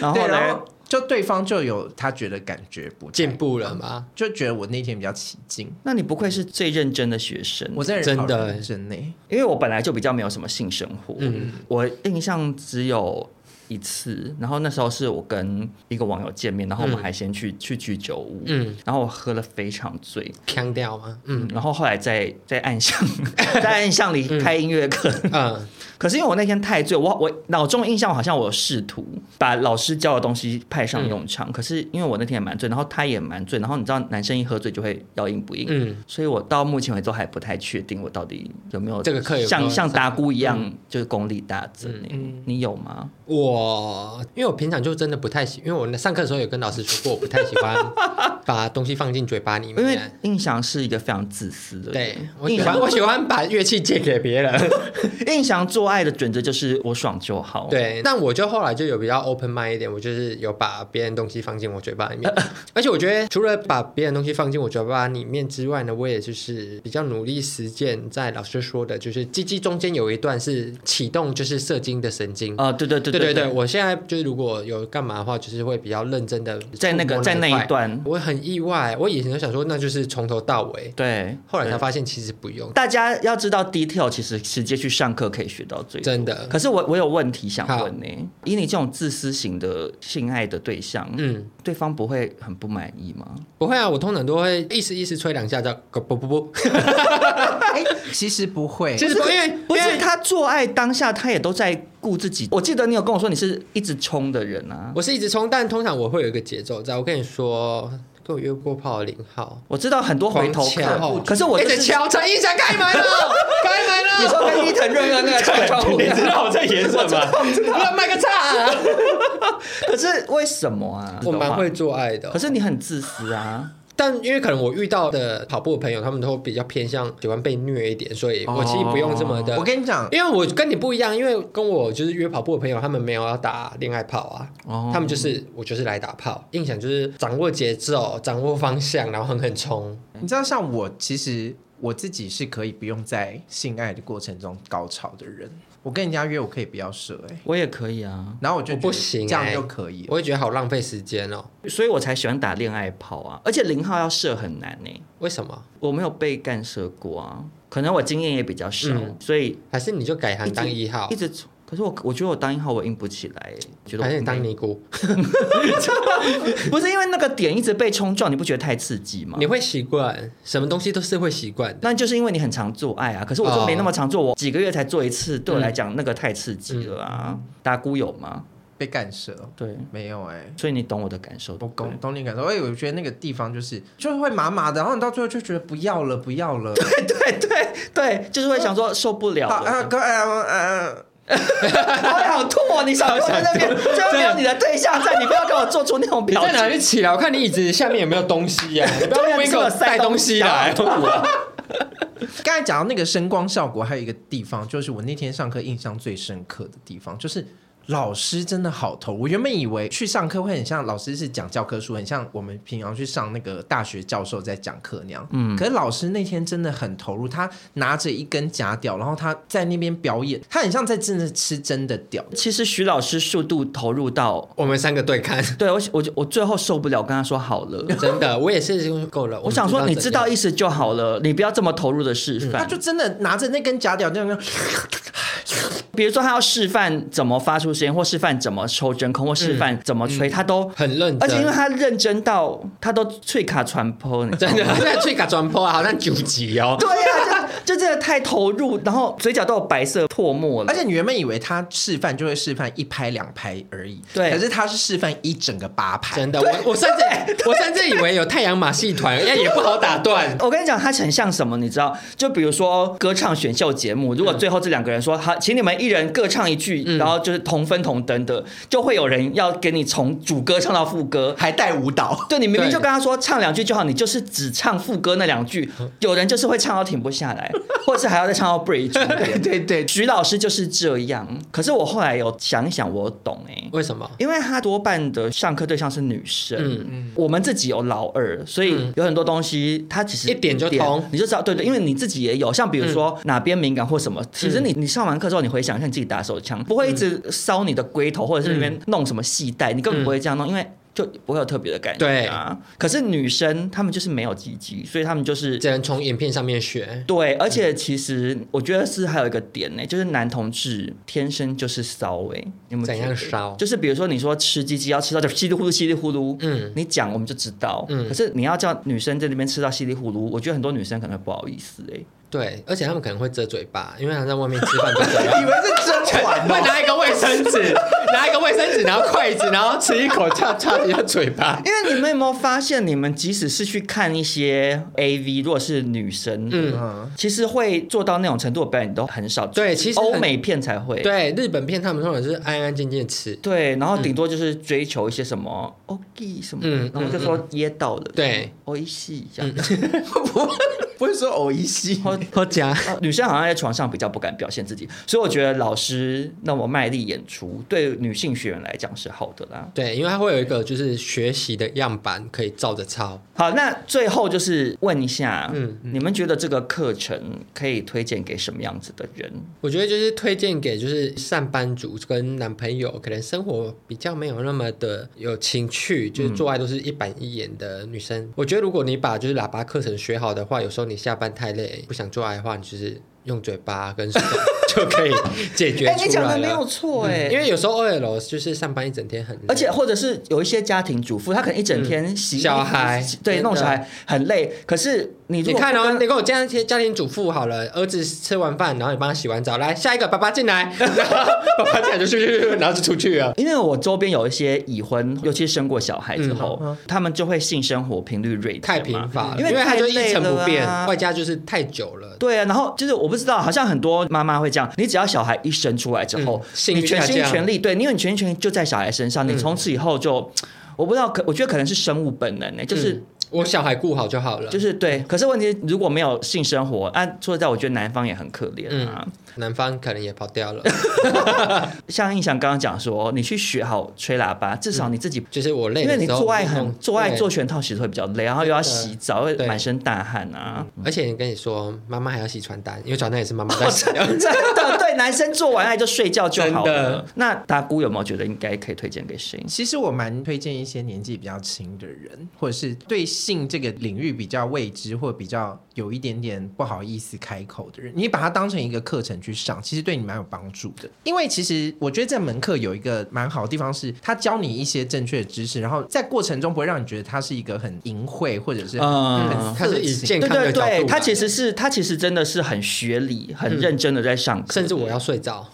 [SPEAKER 3] 然后
[SPEAKER 2] 对，然
[SPEAKER 3] 嘞
[SPEAKER 2] 后，就对方就有他觉得感觉不太
[SPEAKER 4] 进，步了吗？
[SPEAKER 2] 就觉得我那天比较起劲。
[SPEAKER 3] 那你不愧是最认真的学生，
[SPEAKER 2] 我真的
[SPEAKER 4] 真的
[SPEAKER 2] 好
[SPEAKER 4] 欸
[SPEAKER 2] 认真呢、
[SPEAKER 3] 因为我本来就比较没有什么性生活，
[SPEAKER 4] 嗯
[SPEAKER 3] 我印象只有一次，然后那时候是我跟一个网友见面，然后我们还先去、去居酒屋，
[SPEAKER 4] 嗯
[SPEAKER 3] 然后我喝了非常醉，
[SPEAKER 4] 腔调吗？嗯
[SPEAKER 3] 然后后来在在 暗巷在暗巷里开音乐课，
[SPEAKER 4] 嗯，
[SPEAKER 3] 可是因为我那天太醉，我我脑中印象好像我有试图把老师教的东西派上用
[SPEAKER 4] 嗯
[SPEAKER 3] 场，可是因为我那天也蛮醉，然后他也蛮醉，然后你知道男生一喝醉就会要硬不硬，
[SPEAKER 4] 嗯
[SPEAKER 3] 所以我到目前为止都还不太确定我到底有没有
[SPEAKER 4] 这个课有没有
[SPEAKER 3] 像像
[SPEAKER 4] 上嗯
[SPEAKER 3] 达姑一样、就是功力大增、欸
[SPEAKER 2] 嗯
[SPEAKER 3] 你有吗？
[SPEAKER 4] 我因为我平常就真的不太喜，因为我上课的时候有跟老师说过，我不太喜欢把东西放进嘴巴里
[SPEAKER 3] 因为
[SPEAKER 4] 面。
[SPEAKER 3] 印象是一个非常自私的
[SPEAKER 4] 对
[SPEAKER 3] 人，，
[SPEAKER 4] 我
[SPEAKER 3] 印
[SPEAKER 4] 喜欢
[SPEAKER 3] 象
[SPEAKER 4] 我喜欢把乐器借给别人。
[SPEAKER 3] 印象做爱的准则就是我爽就好。，
[SPEAKER 4] 对，但我就后来就有比较 open mind 一点，我就是有把别人东西放进我嘴巴 里面，而且我觉得除了把别人东西放进我嘴巴里面之外呢，我也就是比较努力实践，在老师说的，就是鸡鸡中间有一段是启动就是射精的神经。
[SPEAKER 3] 啊、对对对
[SPEAKER 4] 对对
[SPEAKER 3] 对
[SPEAKER 4] 对，我现在就是如果有干嘛的话，就是会比较认真的
[SPEAKER 3] 在那个在那一，段，
[SPEAKER 4] 我很意外，我以前就想说那就是从头到尾，
[SPEAKER 3] 对，
[SPEAKER 4] 后来才发现其实不用，
[SPEAKER 3] 大家要知道 detail，其实直接去上课可以学到最多。
[SPEAKER 4] 真的，
[SPEAKER 3] 可是我我有问题想
[SPEAKER 4] 好
[SPEAKER 3] 问呢、以你这种自私型的性爱的对象，
[SPEAKER 4] 嗯。
[SPEAKER 3] 对方不会很不满意吗？
[SPEAKER 4] 不会啊，我通常都会意思意思吹两下，叫不不不不，
[SPEAKER 2] 哎、其实 不会，
[SPEAKER 4] 其实不因为
[SPEAKER 3] 哎不
[SPEAKER 4] 因
[SPEAKER 3] 是
[SPEAKER 4] 为
[SPEAKER 3] 他做爱当下，他也都在顾自己。我记得你有跟我说你是一直冲的人啊。
[SPEAKER 4] 我是一直冲，但通常我会有一个节奏在。我跟你说，跟我约过炮的零号，
[SPEAKER 3] 我知道很多回头
[SPEAKER 4] 狂敲
[SPEAKER 3] 客，可是我
[SPEAKER 4] 一
[SPEAKER 3] 就
[SPEAKER 4] 直
[SPEAKER 3] 是
[SPEAKER 4] 敲陈一下开门了，开门了。
[SPEAKER 3] 你说跟伊藤润二 那个敲窗户一样，
[SPEAKER 4] 道我在演什么？你要卖个叉、啊。
[SPEAKER 3] 可是为什么啊？
[SPEAKER 4] 我蛮会，做爱的，
[SPEAKER 3] 可是你很自私啊。
[SPEAKER 4] 但因为可能我遇到的跑步的朋友，他们都比较偏向喜欢被虐一点，所以
[SPEAKER 3] 哦
[SPEAKER 4] 我其实不用这么的。
[SPEAKER 2] 我跟你讲，
[SPEAKER 4] 因为我跟你不一样，因为跟我就是约跑步的朋友，他们没有要打恋爱炮啊，
[SPEAKER 3] 哦
[SPEAKER 4] 他们就是我就是来打炮，印象就是掌握节奏、掌握方向，然后狠狠冲。
[SPEAKER 2] 你知道，像我其实我自己是可以不用在性爱的过程中高潮的人。我跟人家约，我可以不要射哎、
[SPEAKER 3] 我也可以啊，
[SPEAKER 2] 然后我就
[SPEAKER 4] 我不
[SPEAKER 2] 觉得
[SPEAKER 4] 行
[SPEAKER 2] 这样
[SPEAKER 4] 欸
[SPEAKER 2] 就可以了。
[SPEAKER 4] 我也觉得好浪费时间哦。
[SPEAKER 3] 所以我才喜欢打恋爱炮啊。而且零号要射很难呢、
[SPEAKER 4] 为什么？
[SPEAKER 3] 我没有被干射过啊，可能我经验也比较少，
[SPEAKER 4] 嗯
[SPEAKER 3] 所以
[SPEAKER 4] 还是你就改行当一号
[SPEAKER 3] 一，直。可是我，我觉得我当一号我硬不起来、觉得我
[SPEAKER 4] 还是你
[SPEAKER 3] 应该
[SPEAKER 4] 当尼姑？
[SPEAKER 3] 不是因为那个点一直被冲撞，你不觉得太刺激吗
[SPEAKER 4] 你？会习惯，什么东西都是会习惯的。
[SPEAKER 3] 那就是因为你很常做爱啊，可是我就没那么常做，我几个月才做一次，对我来讲那个太刺激了啊。打鼓有吗？
[SPEAKER 2] 被干涉？
[SPEAKER 3] 对，
[SPEAKER 2] 没有哎、
[SPEAKER 3] 所以你懂我的感受。
[SPEAKER 2] 我懂懂你感受，哎、我觉得那个地方就是就是会麻麻的，然后你到最后就觉得不要了，不要了，
[SPEAKER 3] 对对对对，就是会想说受不了
[SPEAKER 2] 好啊
[SPEAKER 4] 嗯
[SPEAKER 3] 了，
[SPEAKER 2] 哥啊啊，
[SPEAKER 3] 好想吐哦！你想在那边，就没有你的对象在，你不要跟我做出那种
[SPEAKER 4] 你
[SPEAKER 3] 表
[SPEAKER 4] 在哪
[SPEAKER 3] 情。
[SPEAKER 4] 里起来？我看你椅子下面有没有东西 呀、你不要
[SPEAKER 3] 对
[SPEAKER 4] 那
[SPEAKER 3] 啊
[SPEAKER 4] 边给我带东西来。
[SPEAKER 3] 你是不是有塞东西然后吐啊
[SPEAKER 2] 刚才讲到那个声光效果，还有一个地方就是我那天上课印象最深刻的地方，就是老师真的好头。我原本以为去上课会很像老师是讲教科书，很像我们平常去上那个大学教授在讲课那样。嗯，可是老师那天真的很投入，他拿着一根假屌，然后他在那边表演，他很像在真的吃真的屌。
[SPEAKER 3] 其实徐老师速度投入到，
[SPEAKER 4] 我们三个对看，
[SPEAKER 3] 对我我我最后受不了，跟他说好了。
[SPEAKER 4] 真的，我也是够了。
[SPEAKER 3] 我想说，
[SPEAKER 4] 们
[SPEAKER 3] 你知道
[SPEAKER 4] 怎
[SPEAKER 3] 意
[SPEAKER 4] 样嗯
[SPEAKER 3] 思就好了，你不要这么投入的示
[SPEAKER 2] 他
[SPEAKER 3] 范
[SPEAKER 2] 就。真的拿着那根假屌那样，
[SPEAKER 3] 比如说他要示范怎么发出声音，或示范怎么抽真空，或示范怎么
[SPEAKER 4] 嗯
[SPEAKER 3] 吹，他都
[SPEAKER 4] 很认真
[SPEAKER 3] 而且因为他认真到他都脆卡传播，你知 道
[SPEAKER 4] 真
[SPEAKER 3] 吗
[SPEAKER 4] 的，那最卡转播啊，好像九级哦。
[SPEAKER 3] 对呀、就就真的太投入，然后嘴角都有白色唾沫了，
[SPEAKER 2] 而且你原本以为他示范就会示范一拍两拍而已，
[SPEAKER 3] 对
[SPEAKER 2] 可是他是示范一整个八拍，
[SPEAKER 4] 真的，我我甚至我甚至以为有太阳马戏团，哎，也不好打断。
[SPEAKER 3] 我跟你讲，它很像什么，你知道？就比如说歌唱选秀节目，如果最后这两个人说好，请你们一人各唱一句，然后就是同分同登的，就会有人要给你从主歌唱到副歌。
[SPEAKER 2] 还带舞蹈。
[SPEAKER 3] 对你明明
[SPEAKER 4] 对
[SPEAKER 3] 就跟他说唱两句就好，你就是只唱副歌那两句，有人就是会唱到停不下 来，或者是还要再唱到 bridge 那边。
[SPEAKER 2] 对对，
[SPEAKER 3] 徐老师就是这样，可是我后来有想一想，我懂哎、
[SPEAKER 4] 为什么？
[SPEAKER 3] 因为他多半的上课对象是女生，
[SPEAKER 4] 嗯
[SPEAKER 3] 我们自己有老二，所以有很多东西他其实
[SPEAKER 4] 一点就通嗯
[SPEAKER 3] 你就知道，对对，因为你自己也有，像比如说哪边敏感或什么，其实你你上完课之后，你回想一下你自己打手枪，不会一直烧你的龟头，或者是那边弄什么系带，你根本不会
[SPEAKER 4] 嗯
[SPEAKER 3] 这样弄，因为。就不会有特别的感觉啊。可是女生她们就是没有鸡鸡，所以她们就是
[SPEAKER 4] 只能从影片上面学。
[SPEAKER 3] 对，而且其实我觉得是还有一个点呢、就是男同志天生就是骚味、你们
[SPEAKER 4] 怎样骚
[SPEAKER 3] 就是比如说你说吃鸡鸡要吃到就 稀里呼噜稀里呼噜，嗯
[SPEAKER 4] 嗯，
[SPEAKER 3] 你讲我们就知道，嗯，可是你要叫女生在那边吃到稀里呼噜，我觉得很多女生可能会不好意思哎、
[SPEAKER 4] 对，而且他们可能会遮嘴巴，因为他在外面吃饭都这
[SPEAKER 2] 以
[SPEAKER 4] 样。
[SPEAKER 2] 为是甄 嬛
[SPEAKER 4] 会
[SPEAKER 2] 哦。
[SPEAKER 4] 拿一个卫生纸， 拿一个卫生纸，然后筷子，然后吃一口，插插人家嘴巴。
[SPEAKER 3] 因为你们有没有发现，你们即使是去看一些 A V，如果是女生，嗯，
[SPEAKER 2] 嗯，
[SPEAKER 3] 其实会做到那种程度的表演都很少，
[SPEAKER 4] 对其实很
[SPEAKER 3] 欧美片才会，
[SPEAKER 4] 对，日本片他们通常是安安静静地吃。
[SPEAKER 3] 对，然后顶多就是追求一些什么 OK 什么的，
[SPEAKER 4] 嗯
[SPEAKER 3] 然后就说噎到了，
[SPEAKER 4] 对，
[SPEAKER 3] o i 系这样。
[SPEAKER 2] 不是说偶一系，
[SPEAKER 3] 或
[SPEAKER 4] 喝假
[SPEAKER 3] 呃女生好像在床上比较不敢表现自己，所以我觉得老师那么卖力演出，对女性学员来讲是好的啦。
[SPEAKER 4] 对，因为它会有一个就是学习的样板可以照着抄。
[SPEAKER 3] 好，那最后就是问一下，嗯
[SPEAKER 4] 嗯，
[SPEAKER 3] 你们觉得这个课程可以推荐给什么样子的人？
[SPEAKER 4] 我觉得就是推荐给就是上班族跟男朋友，可能生活比较没有那么的有情趣，就是做爱都是一板一眼的女生。我觉得如果你把就是喇叭课程学好的话，有时候你下班太累不想做爱的话，你就是用嘴巴跟手就可以解决
[SPEAKER 3] 哎、你
[SPEAKER 4] 出
[SPEAKER 3] 讲
[SPEAKER 4] 来
[SPEAKER 3] 的没有
[SPEAKER 4] 了。嗯
[SPEAKER 3] 错、哎、
[SPEAKER 4] 因为有时候 OL 就是上班一整天很累，
[SPEAKER 3] 而且或者是有一些家庭主妇，她可能一整天洗衣
[SPEAKER 4] 嗯
[SPEAKER 3] 服、
[SPEAKER 4] 小孩
[SPEAKER 3] 对，
[SPEAKER 4] 真的
[SPEAKER 3] 弄小孩很累，可是你如
[SPEAKER 4] 你
[SPEAKER 3] 果
[SPEAKER 4] 看
[SPEAKER 3] 不
[SPEAKER 4] 哦，
[SPEAKER 3] 跟
[SPEAKER 4] 你跟我家庭家庭主妇好了，儿子吃完饭，然后你帮他洗完澡，来下一个爸爸进来，然后爸爸进来就去去去，然后就出去了。
[SPEAKER 3] 因为我周边有一些已婚，尤其是生过小孩之后，他们就会性生活频率锐减
[SPEAKER 4] 嗯太
[SPEAKER 3] 嘛
[SPEAKER 4] 频繁了，
[SPEAKER 3] 因
[SPEAKER 4] 因
[SPEAKER 3] 为
[SPEAKER 4] 为他
[SPEAKER 3] 太
[SPEAKER 4] 就
[SPEAKER 3] 累
[SPEAKER 4] 一成不变
[SPEAKER 3] 了啊，
[SPEAKER 4] 外加就是太久了。
[SPEAKER 3] 对啊，然后就是我不知道，好像很多妈妈会这样，你只要小孩一生出来之后，
[SPEAKER 4] 嗯性
[SPEAKER 3] 你
[SPEAKER 4] 欲
[SPEAKER 3] 全心
[SPEAKER 4] 下降嗯
[SPEAKER 3] 全力，对，因为你全心全力就在小孩身上，你从此以后就，我不知道，可我觉得可能是生物本能呢、欸就是。
[SPEAKER 4] 嗯我小孩顾好就好了，
[SPEAKER 3] 就是对，可是问题是如果没有性生活，啊，说实在，我觉得男方也很可怜啊。
[SPEAKER 4] 男方可能也跑掉了。
[SPEAKER 3] 像印象刚刚讲说，你去学好吹喇叭，至少你自己
[SPEAKER 4] 就是我嗯累
[SPEAKER 3] 因
[SPEAKER 4] 的时
[SPEAKER 3] 为
[SPEAKER 4] 候，
[SPEAKER 3] 你做爱
[SPEAKER 4] 我就
[SPEAKER 3] 很
[SPEAKER 4] 弄
[SPEAKER 3] 做爱
[SPEAKER 4] 对
[SPEAKER 3] 做全套，其实会比较累，然后又要洗澡，会
[SPEAKER 4] 对
[SPEAKER 3] 满身大汗啊。
[SPEAKER 4] 而且你跟你说，妈妈还要洗传单，因为传单也是妈妈在 洗。
[SPEAKER 3] 真的，对男生做完爱就睡觉就好
[SPEAKER 4] 真
[SPEAKER 3] 了
[SPEAKER 4] 的。
[SPEAKER 3] 那达姑有没有觉得应该可以推荐给谁？
[SPEAKER 2] 其实我蛮推荐一些年纪比较轻的人，或者是对性这个领域比较未知，或比较有一点点不好意思开口的人，你把它当成一个课程去上，其实对你蛮有帮助的。因为其实我觉得这门课有一个蛮好的地方是，它教你一些正确的知识，然后在过程中不会让你觉得它是一个很淫秽或者是
[SPEAKER 3] 嗯
[SPEAKER 2] 很
[SPEAKER 4] 它是以健
[SPEAKER 3] 对
[SPEAKER 4] 康的
[SPEAKER 3] 对
[SPEAKER 4] 角度
[SPEAKER 3] 对，
[SPEAKER 4] 嘛，
[SPEAKER 3] 他其实是他其实真的是很学理、很认真的在上课，
[SPEAKER 4] 甚至我要睡 着。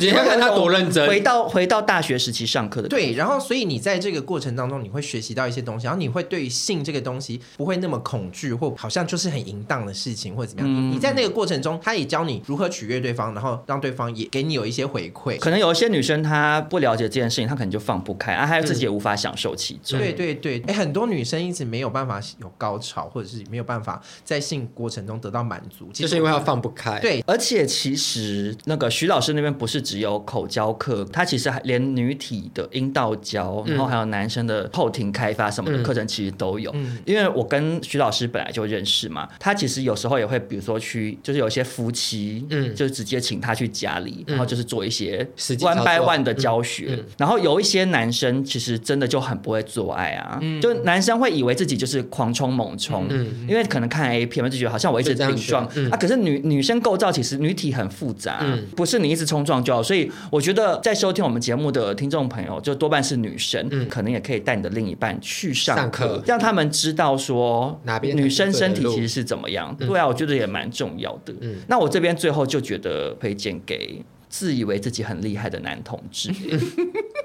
[SPEAKER 4] 你要看他多认
[SPEAKER 3] 回
[SPEAKER 4] 真，
[SPEAKER 3] 到回到大学时期上课的感觉。
[SPEAKER 2] 对，然后所以你在这个过程当中，你会学习到一些东西，然后你会对于性这个东西不会那么恐惧，或好像就是很淫荡的事情，或者怎么样。你你在那个过程中，他也教你如何取悦对方，然后让对方也给你有一些回馈。
[SPEAKER 3] 可能有一些女生她不了解这件事情，她可能就放不开啊，她自己也无法享受其中。
[SPEAKER 2] 对对对，哎，很多女生一直没有办法有高潮，或者是没有办法在性过程中得到满足，其
[SPEAKER 4] 就
[SPEAKER 2] 实
[SPEAKER 4] 是因为他放不开。
[SPEAKER 2] 对
[SPEAKER 3] 而且其实那个徐老师那边不是只有口交课，他
[SPEAKER 4] 嗯
[SPEAKER 3] 其实还连女体的阴道教，然后还有男生的后庭开发什么的课程，其实都都有。
[SPEAKER 4] 嗯
[SPEAKER 3] 因为我跟徐老师本来就认识嘛，他其实有时候也会，比如说去，就是有些夫妻，
[SPEAKER 4] 嗯
[SPEAKER 3] 嗯，就直接请他去家里，然后就是做一些
[SPEAKER 4] 实际
[SPEAKER 3] one
[SPEAKER 4] 操
[SPEAKER 3] by
[SPEAKER 4] 作嗯
[SPEAKER 3] one 的教学。然后有一些男生其实真的就很不会做爱啊，就男生会以为自己就是狂冲猛冲，
[SPEAKER 4] 嗯
[SPEAKER 3] 因为可能看 A 片嘛，就觉得好像我一直
[SPEAKER 4] 就这样
[SPEAKER 3] 顶撞
[SPEAKER 4] 学嗯
[SPEAKER 3] 啊。可是女女生构造其实女体很复杂，
[SPEAKER 4] 嗯
[SPEAKER 3] 不是你一直冲撞就好。所以我觉得在收听我们节目的听众朋友，就多半是女生，
[SPEAKER 4] 嗯
[SPEAKER 3] 可能也可以带你的另一半去
[SPEAKER 4] 上
[SPEAKER 3] 上
[SPEAKER 4] 课
[SPEAKER 3] 让他们知道说
[SPEAKER 4] 哪边才是
[SPEAKER 3] 女生身体
[SPEAKER 4] 对的路
[SPEAKER 3] 其实是怎么样。对啊，我觉得也蛮重要的。
[SPEAKER 4] 嗯
[SPEAKER 3] 那我这边最后就觉得推荐给。自以为自己很厉害的男同志，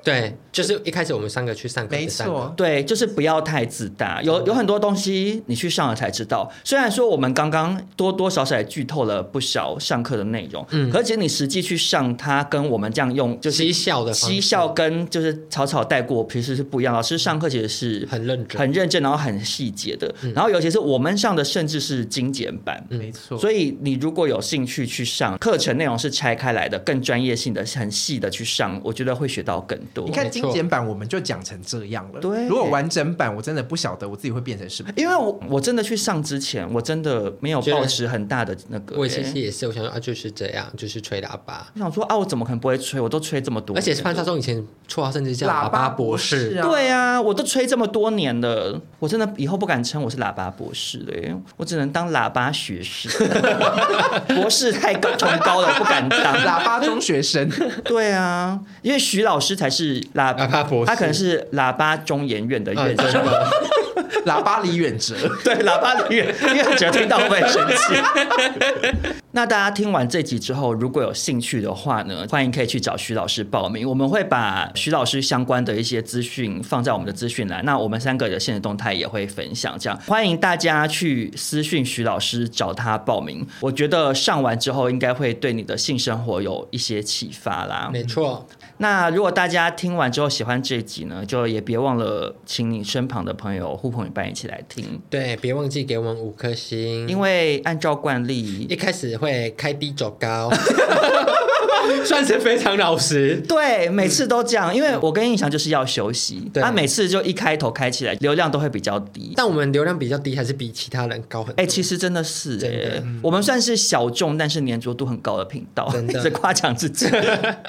[SPEAKER 4] 对，就是一开始我们三个去上课，
[SPEAKER 2] 没错，，
[SPEAKER 3] 对，就是不要太自大。
[SPEAKER 4] 嗯
[SPEAKER 3] 有有很多东西你去上了才知道。虽然说我们刚刚多多少少也剧透了不少上课的内容，嗯，可是其实你实际去上它，跟我们这样用就是
[SPEAKER 4] 嬉笑的方式
[SPEAKER 3] 嬉笑跟就是草草带过，其实是不一样。老师上课其实是
[SPEAKER 4] 很认真，嗯
[SPEAKER 3] 很认真，然后很细节的，然后尤其是我们上的甚至是精简版。
[SPEAKER 2] 没错。
[SPEAKER 3] 所以你如果有兴趣去上课程内容是拆开来的，更专业性的、很细的去上，我觉得会学到更多。
[SPEAKER 2] 你看
[SPEAKER 4] 没错
[SPEAKER 2] 精简版我们就讲成这样了，
[SPEAKER 3] 对
[SPEAKER 2] 如果完整版，我真的不晓得我自己会变成什么。
[SPEAKER 3] 因为我我真的去上之前，我真的没有抱持很大的那个、
[SPEAKER 4] 我其实
[SPEAKER 3] 欸
[SPEAKER 4] 也是，我想说啊，就是这样，就是吹喇叭，
[SPEAKER 3] 我想说啊，我怎么可能不会吹？我都吹这么多年
[SPEAKER 4] 而
[SPEAKER 3] 了，
[SPEAKER 4] 且是潘少忠以前绰号甚至叫
[SPEAKER 2] 喇叭
[SPEAKER 4] 叭博士，
[SPEAKER 2] 士啊，
[SPEAKER 3] 对啊，我都吹这么多年了，我真的以后不敢称我是喇叭博士了耶，我只能当喇叭学士， 博士太高崇高了，不敢 当。
[SPEAKER 2] 喇叭中学生，
[SPEAKER 3] 对啊，因为徐老师才是喇
[SPEAKER 4] 喇叭博士
[SPEAKER 3] 他可能是喇叭中研院的院
[SPEAKER 4] 嗯真
[SPEAKER 3] 长，
[SPEAKER 2] 喇叭李远哲，
[SPEAKER 3] 对，喇叭的院院长听到会很生气。 那大家听完这集之后，如果有兴趣的话呢，欢迎可以去找徐老师报名。我们会把徐老师相关的一些资讯放在我们的资讯栏，那我们三个的现实动态也会分享。这样欢迎大家去私讯徐老师找他报名。我觉得上完之后应该会对你的性生活有一些启发啦。
[SPEAKER 4] 没错，
[SPEAKER 3] 那如果大家听完之后喜欢这一集呢，就也别忘了请你身旁的朋友、呼朋引伴一起来听。
[SPEAKER 4] 对，别忘记给我们五颗星，
[SPEAKER 3] 因
[SPEAKER 4] 为
[SPEAKER 3] 为按照惯
[SPEAKER 4] 一
[SPEAKER 3] 例，
[SPEAKER 4] 开始会开低走高， 算是非常老 实，
[SPEAKER 3] 对，每次都这样，因为我跟印象就是要休息，
[SPEAKER 4] 嗯对
[SPEAKER 3] 他、每次就一开头开起来，流量都会比较低。
[SPEAKER 4] 但我们流量比较低，还是比其他人高很多。
[SPEAKER 3] 哎、其实真的是、
[SPEAKER 4] 真的嗯
[SPEAKER 3] 哎我们算是小众，但是粘着度很高的频道，
[SPEAKER 4] 真的
[SPEAKER 3] 一直夸奖自己。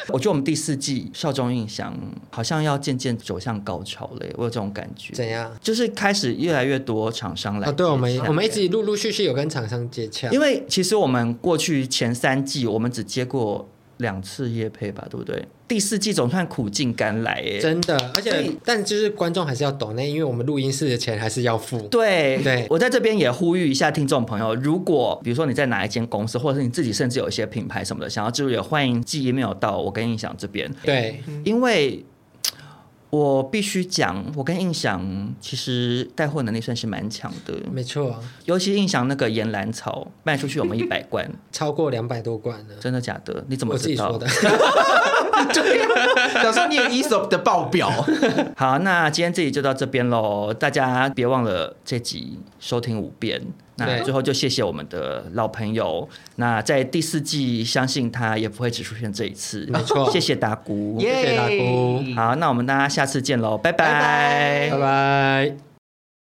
[SPEAKER 3] 我觉得我们第四季《少中印象》好像要渐渐走向高潮嘞、我有这种感
[SPEAKER 4] 怎
[SPEAKER 3] 觉，
[SPEAKER 4] 样？
[SPEAKER 3] 就是开始越来越多厂商来
[SPEAKER 4] 啊，对，我们
[SPEAKER 3] 接洽
[SPEAKER 4] 我们一直陆陆续续有跟厂商接洽，
[SPEAKER 3] 因为其实我们过去前三季，我们只接过两次夜配吧，对不对？第四季总算苦尽甘来耶、
[SPEAKER 4] 真的，而
[SPEAKER 3] 所
[SPEAKER 4] 且
[SPEAKER 3] 以
[SPEAKER 4] 但就是观众还是要懂那，因为我们录音室的钱还是要付。
[SPEAKER 3] 对
[SPEAKER 4] 对
[SPEAKER 3] 我在这边也呼吁一下听众朋友，如果比如说你在哪一间公司，或者是你自己甚至有一些品牌什么的想要植入，也欢迎寄 email 到我跟印象这边，
[SPEAKER 4] 对，
[SPEAKER 3] 因为。我必须讲，我跟印象其实带货能力算是蛮强的，
[SPEAKER 4] 没错，
[SPEAKER 3] 尤其印象那个岩兰草卖出去我们一百 罐，
[SPEAKER 4] 超过两百多罐了，
[SPEAKER 3] 真的假的？你怎么
[SPEAKER 4] 我自己
[SPEAKER 3] 知道？
[SPEAKER 4] 说的。
[SPEAKER 2] 早上念 ESOP 的报表，
[SPEAKER 3] 好，那今天这集就到这边喽，大家别忘了这集收听五遍。那
[SPEAKER 4] 对
[SPEAKER 3] 最后就谢谢我们的老朋友。那在第四季，相信他也不会只出现这一次。
[SPEAKER 4] 没错
[SPEAKER 3] 谢谢达姑。
[SPEAKER 4] 谢大姑
[SPEAKER 3] 好，那我们大家下次见喽，拜拜
[SPEAKER 2] 拜
[SPEAKER 4] 拜拜。